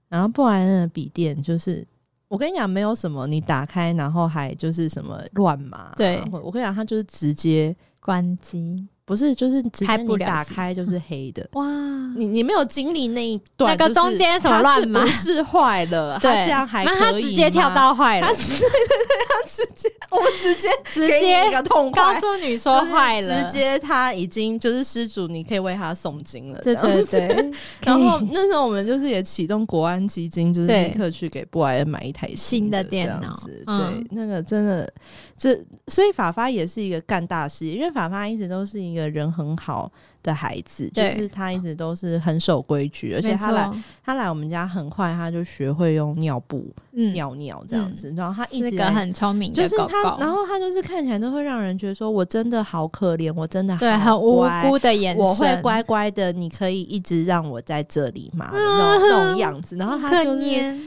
S1: 然后布莱恩的笔电就是。我跟你讲，没有什么，你打开然后还就是什么乱码，
S2: 对
S1: 或我跟你讲，它就是直接
S2: 关机，
S1: 不是就是直接
S2: 开不
S1: 你
S2: 了
S1: 打
S2: 机
S1: 开就是黑
S2: [laughs]
S1: 的，
S2: 哇，
S1: 你你没有经历那一段，
S2: 那个中间什么乱码
S1: 它是不是坏
S2: [laughs]
S1: 了，它
S2: 对，
S1: 这样还可以
S2: 那
S1: 吗，
S2: 他直接跳到坏了
S1: [laughs] 他，直对对对，他直接，我们直接
S2: 直
S1: 给你一
S2: 接
S1: 个痛
S2: 告
S1: 快，
S2: 诉你说坏
S1: 就是
S2: 了，
S1: 直接他已经就是失主，你可以为他诵经了，
S2: 对
S1: 这样
S2: 对
S1: 子。
S2: 对，
S1: [laughs] 然后
S2: 可以
S1: 那时候我们就是也启动国安基金，就是
S2: 对
S1: 立刻去给布莱恩买一台的
S2: 新的电脑
S1: 这样子
S2: 嗯
S1: 对，那个真的，这所以法发也是一个干大事业，因为法发一直都是一个人很好的孩子，就
S2: 对
S1: 是他一直都是很守规矩，而且
S2: 没
S1: 他来
S2: 错，
S1: 他来我们家很快，他就学会用尿布
S2: 嗯，
S1: 尿尿这样子，然后他一
S2: 是
S1: 直
S2: 个
S1: 来
S2: 很聪明
S1: 就
S2: 的
S1: 是
S2: 狗
S1: 他，然
S2: 狗，
S1: 后他就是看起来都会让人觉得说我真的好可怜，我真的
S2: 对，
S1: 好
S2: 很无
S1: 乖
S2: 辜的眼神，
S1: 我会乖乖的，你可以一直让我在这里嘛，那种那种样子。然后他
S2: 嗯可
S1: 就是，
S2: 怜，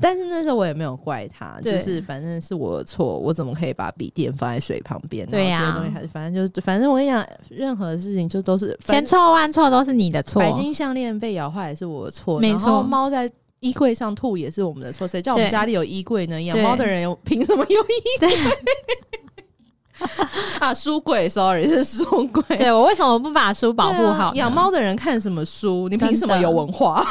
S1: 但是那时候我也没有怪他，就
S2: 对
S1: 是反正是我的错，我怎么可以把笔电放在水旁边？
S2: 对
S1: 呀、
S2: 呀
S1: 这些东西还是反正就是，反正我跟你讲，任何事情就都是反
S2: 千
S1: 正
S2: 错万错都是你的错，
S1: 白金项链被咬坏也是我的错，
S2: 啊没
S1: 然后
S2: 错
S1: 猫在。衣柜上吐也是我们的错，谁叫我们
S2: 对
S1: 家里有衣柜呢？养
S2: 对
S1: 猫的人有凭什
S2: [laughs]
S1: 么有衣
S2: 对
S1: 啊？书柜，sorry 是书柜，
S2: 对我为什么不把书保护好呢？
S1: 啊对啊养猫的人看什么书？你凭什么有文化？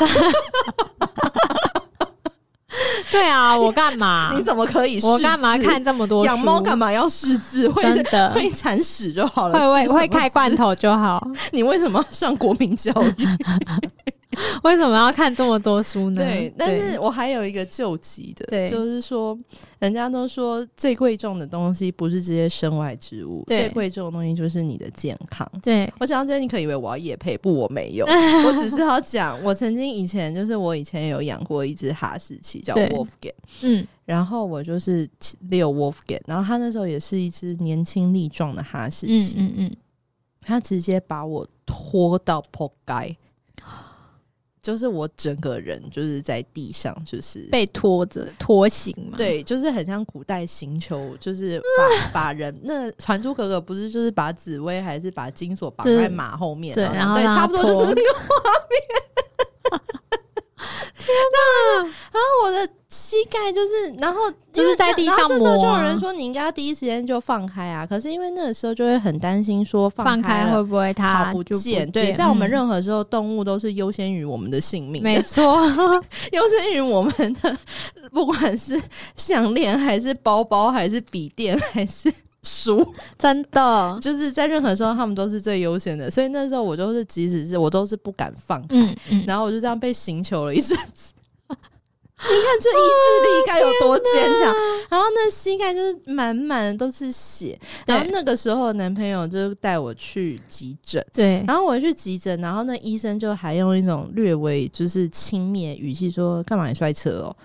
S2: 对啊，我干嘛？
S1: [laughs] 你怎么可以？
S2: 我干嘛？看这么多书？
S1: 养猫干嘛要识字？会
S2: 真的
S1: 会铲屎就好了。
S2: 会
S1: 识
S2: 会
S1: 什么
S2: 会开罐头就好，
S1: 你为什么要上国民教育？
S2: [laughs] 为什么要看这么多书呢？
S1: 对，但是我还有一个救急的，
S2: 对
S1: 就是说，人家都说最贵重的东西不是这些身外之物，
S2: 对
S1: 最贵重的东西就是你的健康。
S2: 对
S1: 我讲到这，你可以为我要夜配，不，我没
S2: [laughs]
S1: 有，我只是要讲，我曾经以前就是我以前有养过一只哈士奇，叫
S2: 对
S1: Wolfgang。
S2: 嗯，
S1: 然后我就是骑遛 Wolfgang，然后他那时候也是一只年轻力壮的哈士
S2: 嗯
S1: 奇，
S2: 嗯嗯，
S1: 他直接把我拖到破街，就是我整个人就是在地上，就是
S2: 被拖着拖行嘛。，
S1: 对，就是很像古代刑求，就是把、
S2: [laughs]
S1: 把人那传珠格格不是就是把紫薇还是把金锁绑
S2: 对
S1: 在马后面，
S2: 对然后
S1: 对，
S2: 让
S1: 差
S2: 它
S1: 不多就是那
S2: 拖
S1: 个画面。天哪！然后我的膝盖就是，然后
S2: 就是
S1: 因为
S2: 在
S1: 那
S2: 地
S1: 然后
S2: 上
S1: 这时候就
S2: 磨
S1: 有
S2: 啊
S1: 人说你应该要第一时间就放开啊，可是因为那个时候就会很担心说
S2: 放开
S1: 开了
S2: 会不会它
S1: 它不
S2: 就
S1: 见。对，在我们
S2: 嗯
S1: 任何时候，动物都是优先于我们的性命的。
S2: 没错， [laughs]
S1: [laughs] 优先于我们的，不管是项链还是包包还是笔电还是书，
S2: 真
S1: [laughs]
S2: 的，
S1: 就是在任何时候他们都是最优先的。所以那时候我就是，即使是我都是不敢放开，
S2: 嗯嗯，
S1: [laughs] 然后我就这样被刑求了一阵子。看这意志力该有多坚强。然后那膝盖就是满满的都是血。然后
S2: 对
S1: 那个时候，男朋友就带我去急诊。
S2: 对，
S1: 然后我去急诊，然后那医生就还用一种略微就是轻蔑语气说：“干嘛你摔车哦？”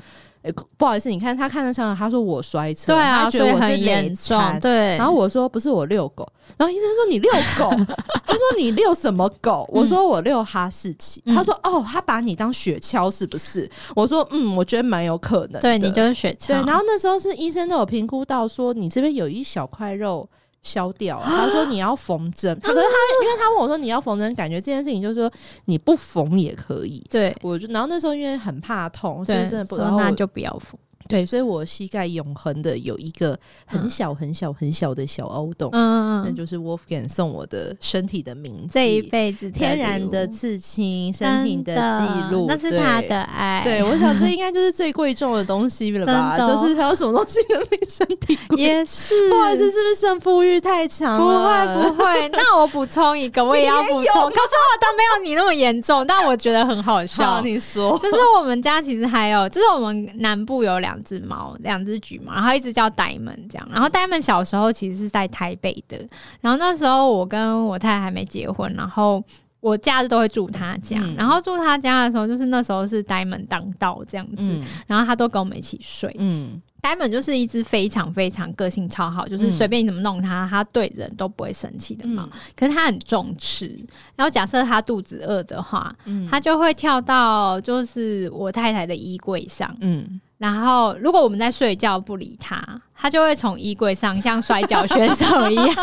S1: 诶不好意思，你看他看得上，他说我摔车，
S2: 对啊，
S1: 他觉
S2: 所
S1: 得
S2: 以
S1: 我是
S2: 很
S1: 累
S2: 严重，
S1: 残。
S2: 对。
S1: 然后我说不是我遛狗，然后医生说你遛狗，
S2: [laughs]
S1: 他说你遛什么狗？我说我遛哈士奇，
S2: 嗯
S1: 他说哦，他把你当雪橇是不是？我说嗯，我觉得蛮有可能的。
S2: 对你就是雪
S1: 对，
S2: 橇，
S1: 然后那时候是医生都有评估到说你这边有一小块肉消 [gasps] 掉了，他说你要缝针，他可是他因为他问我说你要缝针，感觉这件事情就是说你不缝也可以。
S2: 对
S1: 我就然后那时候因为很怕痛，就
S2: 对，
S1: 是真的不，
S2: 说
S1: 然后
S2: 那
S1: 我
S2: 就不要付。
S1: 对，所以我膝盖永恒的有一个很
S2: 嗯
S1: 小很小很小的小凹洞，
S2: 嗯，嗯
S1: 那
S2: 嗯
S1: 就是 Wolfgang 送我的身体的名字，
S2: 这一辈子
S1: 天然的
S2: 礼物
S1: 刺青，身体
S2: 真
S1: 记录，
S2: 那是他
S1: 对
S2: 的爱，
S1: 对，我想这应该就是最贵重的东西了吧？
S2: 真的哦
S1: 就是还有什么东西能比身
S2: [laughs]
S1: 体贵？
S2: 也是。
S1: 不好意思，是不是胜负欲太强
S2: 不会
S1: 了？
S2: 不
S1: [laughs]
S2: 会，那我补充一个，我也要补充，可是我的没有你那么严重，但我觉得很好
S1: 好，
S2: 笑。
S1: 你说
S2: 就是我们家其实还有，就是我们南部有两只猫，两只橘猫，然后一只叫呆萌这样。然
S1: 嗯
S2: 后呆萌小时候其实是在台北的，然后那时候我跟我太太还没结婚，然后。我假日都会住他家，
S1: 嗯
S2: 然后住他家的时候，就是那时候是呆萌当道这样子，
S1: 嗯
S2: 然后他都跟我们一起睡。
S1: 嗯，
S2: 呆萌就是一只非常非常个性超好，就是
S1: 嗯
S2: 随便你怎么弄它，它对人都不会生气的猫。
S1: 嗯
S2: 可是它很重吃，然后假设它肚子饿的话，
S1: 嗯
S2: 它就会跳到就是我太太的衣柜上，
S1: 嗯，
S2: 然后如果我们在睡觉不理它，它就会从衣柜上像摔跤选手一样 [laughs]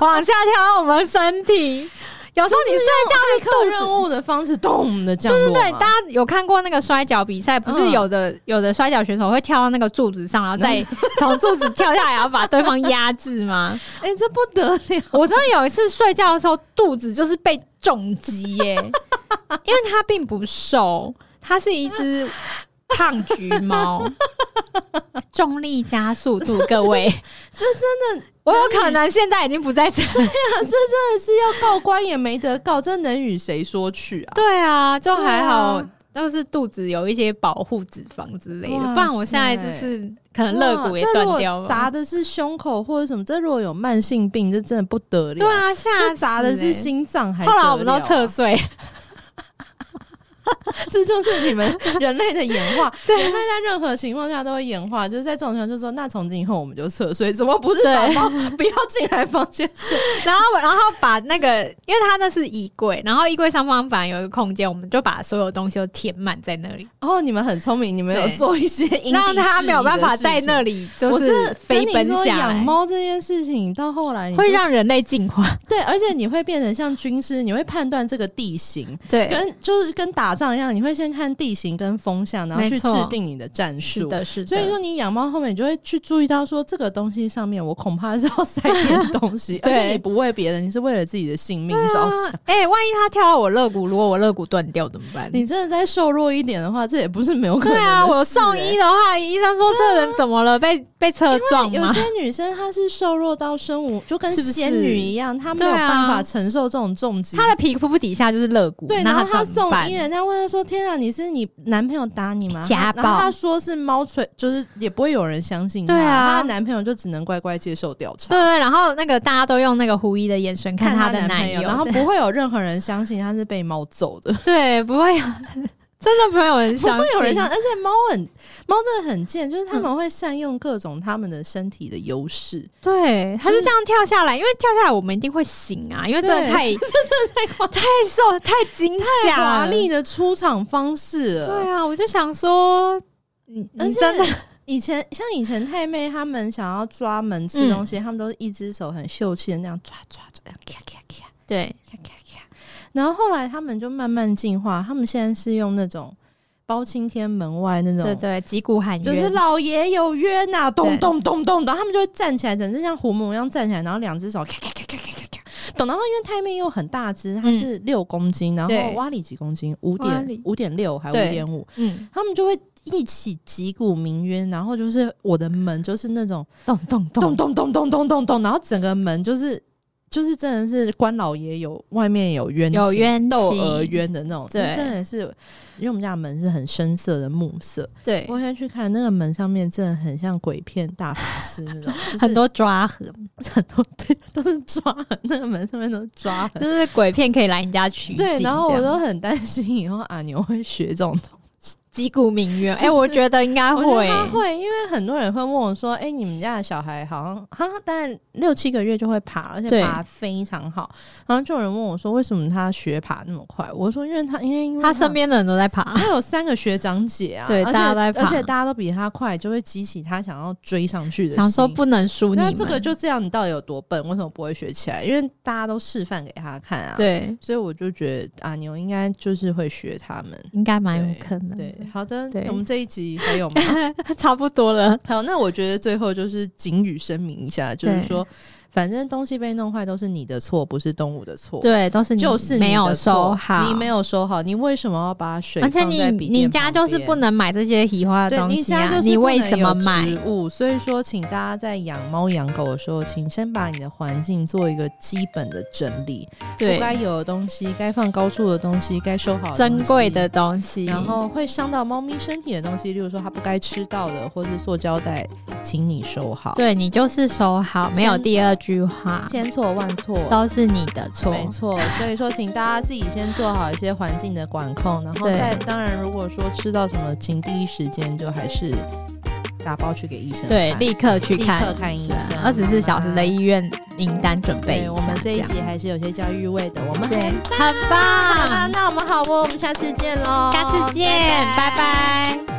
S2: 往下跳到我们身体。有时候你睡
S1: 骇客
S2: 肚子
S1: 任务的方式，咚的降落嘛，
S2: 对，大家有看过那个摔跤比赛，不是
S1: 嗯
S2: 有的、有的摔跤选手会跳到那个柱子上，然后再 [laughs] 从柱子跳下来，然后把对方压制吗？
S1: 哎，这不得了，
S2: 我真的有一次睡觉的时候，肚子就是被重击耶、因为它并不瘦，它是一只胖橘猫，重力加速度，各位，
S1: 这真的，
S2: 我有可能现在已经不在这
S1: 这真的是要告官也没得告，这能与谁说去啊？
S2: 对啊，就
S1: 对
S2: 还好
S1: 啊，
S2: 都是肚子有一些保护脂肪之类
S1: 哇
S2: 的，不然我现在就
S1: 塞
S2: 是可能肋骨也
S1: 哇这如
S2: 断
S1: 果
S2: 掉了
S1: 砸。的是胸口或者什么，这如果有慢性病，这真的不得了。
S2: 对，啊，吓
S1: 这
S2: 死
S1: 砸的
S2: 欸
S1: 是。心脏还得
S2: 后
S1: 了啊。
S2: 来我们都侧睡， [laughs]
S1: 这就是你们人类的演化。人类在任何情况下都会演化，就是在这种情况，就说那从今以后我们就侧睡，怎么不是
S2: 对
S1: 宝宝不要进来房间睡？
S2: 然后然后把那个，因为它那是衣柜，然后衣柜上方反正有一个空间，我们就把所有东西都填满在那里，
S1: 哦，你们很聪明，你们有
S2: 对
S1: 做一些因
S2: 让它没有办法在那
S1: 里，
S2: 里就
S1: 我真的
S2: 是飞
S1: 跟
S2: 奔
S1: 你说
S2: 下来，
S1: 养猫这件事情到后来你就
S2: 会让人类进化。
S1: 对，而且你会变成像军师，你会判断这个地形。
S2: [laughs] 对
S1: 跟就是跟打仗一样，你会先看地形跟风向，然后
S2: 没
S1: 去制
S2: 错
S1: 定你的战
S2: 是
S1: 术。
S2: 的，是的。
S1: 所以说，你养猫后面，你就会去注意到说，这个东西上面我恐怕是要塞点东
S2: [laughs]
S1: 西，而
S2: 对
S1: 且你不为别人，你是为了自己的性命着
S2: 啊
S1: 想。，
S2: 哎、万一它跳到我肋骨，如果我肋骨断掉怎么办？
S1: 你真的再瘦弱一点的话，这也不是没有可能
S2: [laughs]
S1: 的
S2: 对
S1: 事、
S2: 啊，我送医
S1: 欸。
S2: 的话，医生说这人怎么了？被被车撞
S1: 有
S2: 吗？ [laughs]
S1: 些女生她是瘦弱到生无，就跟
S2: 是不是
S1: 仙女一样，她没有
S2: 对啊
S1: 办法承受这种重击。
S2: 他的皮肤底下就是肋骨，
S1: 对，然
S2: 那
S1: 后她
S2: 怎么
S1: 送
S2: 办
S1: 医，？人家问她说：“天啊，你是你男朋友打你吗？”
S2: 家
S1: 她然后
S2: 暴
S1: 她说是猫锤，就是也不会有人相信她。
S2: 对啊
S1: 她的男朋友就只能乖乖接受调查。
S2: 对，然后那个大家都用那个狐疑的眼神
S1: 看
S2: 他
S1: 她
S2: 的
S1: 男朋友，
S2: 友，
S1: 然后不会有任何人相信她是被猫揍的，
S2: [laughs] 对，不会有，真的不会有人
S1: 不
S2: 相信，
S1: 会有人相，而且猫很猫真的很贱，就是他们会善用各种他们的身体的优势，
S2: 对，他
S1: 就
S2: 就是这样跳下来，因为跳下来我们一定会醒啊，因为真的
S1: 对 [laughs]
S2: 太
S1: 太
S2: 太瘦太惊吓了
S1: 华丽的出场方式了。
S2: 对啊，我就想说，你
S1: 而
S2: 你
S1: 且
S2: 真的
S1: 以前像以前太妹他们想要抓门吃东西，他们都是一只手很秀气的那样抓抓抓，这样咔咔咔
S2: 对
S1: 咔咔咔。然后后来他们就慢慢进化，他们现在是用那种包青天门外那
S2: 对
S1: 种
S2: 对，击鼓喊冤，
S1: 就是老爷有约呐、咚
S2: 对
S1: 咚咚咚咚，他们就会站起来，整只像胡母一样站起来，然后两只手咔咔咔咔咔咔咔。等到因为太妹又很大只，它
S2: 嗯
S1: 是六公斤，然后
S2: 对
S1: 蛙里几公斤，五
S2: 蛙
S1: 点
S2: 里
S1: 五点六还五
S2: 对
S1: 点五，
S2: 嗯，
S1: 他们就会一起击鼓鸣冤，然后就是我的门就是那种
S2: 咚咚咚，
S1: 咚咚咚咚咚咚咚，然后整个门就是就是真的是关老爷有外面有冤
S2: 有
S1: 情
S2: 冤
S1: 斗
S2: 情
S1: 鹅冤的那种，
S2: 对
S1: 那真的是，因为我们家的门是很深色的木色，
S2: 对，
S1: 我先去看那个门上面真的很像鬼片大法师那 [laughs] 种，就是
S2: 很多抓痕，
S1: 很多对都是抓痕，那个门上面都是抓
S2: [laughs] 就
S1: 痕，
S2: 是鬼片可以来你家取景这
S1: 对，
S2: 样，
S1: 然后我都很担心以后阿牛会学这种东西，
S2: 击鼓鸣冤，哎、
S1: 就是
S2: 我觉得应该
S1: 我觉得
S2: 会，
S1: 他会，因为很多人会问我说，哎、你们家的小孩好像他大概六七个月就会爬，而
S2: 对
S1: 且爬得非常好，然后就有人问我说，为什么他学爬那么快？我说因为他因为因为
S2: 他身。边的人都在 [laughs] 爬，
S1: 他有三个学长姐啊，
S2: 对
S1: 而且
S2: 大家都在爬
S1: 而且大家都比他快，就会激起他想要追上去的心。
S2: 想说不能输你
S1: 那
S2: 们，
S1: 这个就这样，你到底有多笨？为什么不会学起来？因为大家都示范给他看啊。，
S2: 对，
S1: 所以我就觉得阿牛应该就是会学他们。
S2: 应该蛮有可能
S1: 对，
S2: 的，
S1: 好的，
S2: 对
S1: 我们这一集还
S2: [laughs]
S1: 有吗？
S2: 差不多了，
S1: 好，那我觉得最后就是警语声明一下，就是
S2: 对
S1: 说，反正东西被弄坏都是你的错，不是动物的错。。
S2: 对，都是你
S1: 就是你
S2: 没有
S1: 的
S2: 收
S1: 错
S2: 好，
S1: 你没有收好，你为什么要把水
S2: 而
S1: 放
S2: 且
S1: 在笔
S2: 你
S1: 电旁边？
S2: 你家就是不能买这些喜欢的
S1: 对，
S2: 东
S1: 你
S2: 西啊！
S1: 家就是不
S2: 为
S1: 能
S2: 什
S1: 有
S2: 么买？
S1: 植物？所以说，请大家在养猫养狗的时候，请先把你的环境做一个基本的整理，
S2: 对
S1: 不，该有的东西、该放高处的东西、该收好的
S2: 珍贵
S1: 东
S2: 的东西，
S1: 西，然后会伤到猫咪身体的东西，例如说它不该吃到的，或是塑胶袋，请你收好。，
S2: 对你就是收好，没有
S1: 先
S2: 第二句话，
S1: 千错万错。
S2: 都是你的错。
S1: 没错，所以说，请大家自己先做好一些环境的管控，然后
S2: 对
S1: 再当然，如果说吃到什么，请第一时间就还是打包去给医生
S2: 对，
S1: 看
S2: 立刻去看
S1: 立刻看医生
S2: 二十四小时
S1: 好吗
S2: 的医院名单准备一
S1: 对
S2: 下。
S1: 我们这一
S2: 样
S1: 集还是有些教育味的，我们
S2: 对
S1: 很，
S2: 很
S1: 棒啊！
S2: 棒，
S1: 那我们好哦，我们下次见喽，
S2: 下次见，拜拜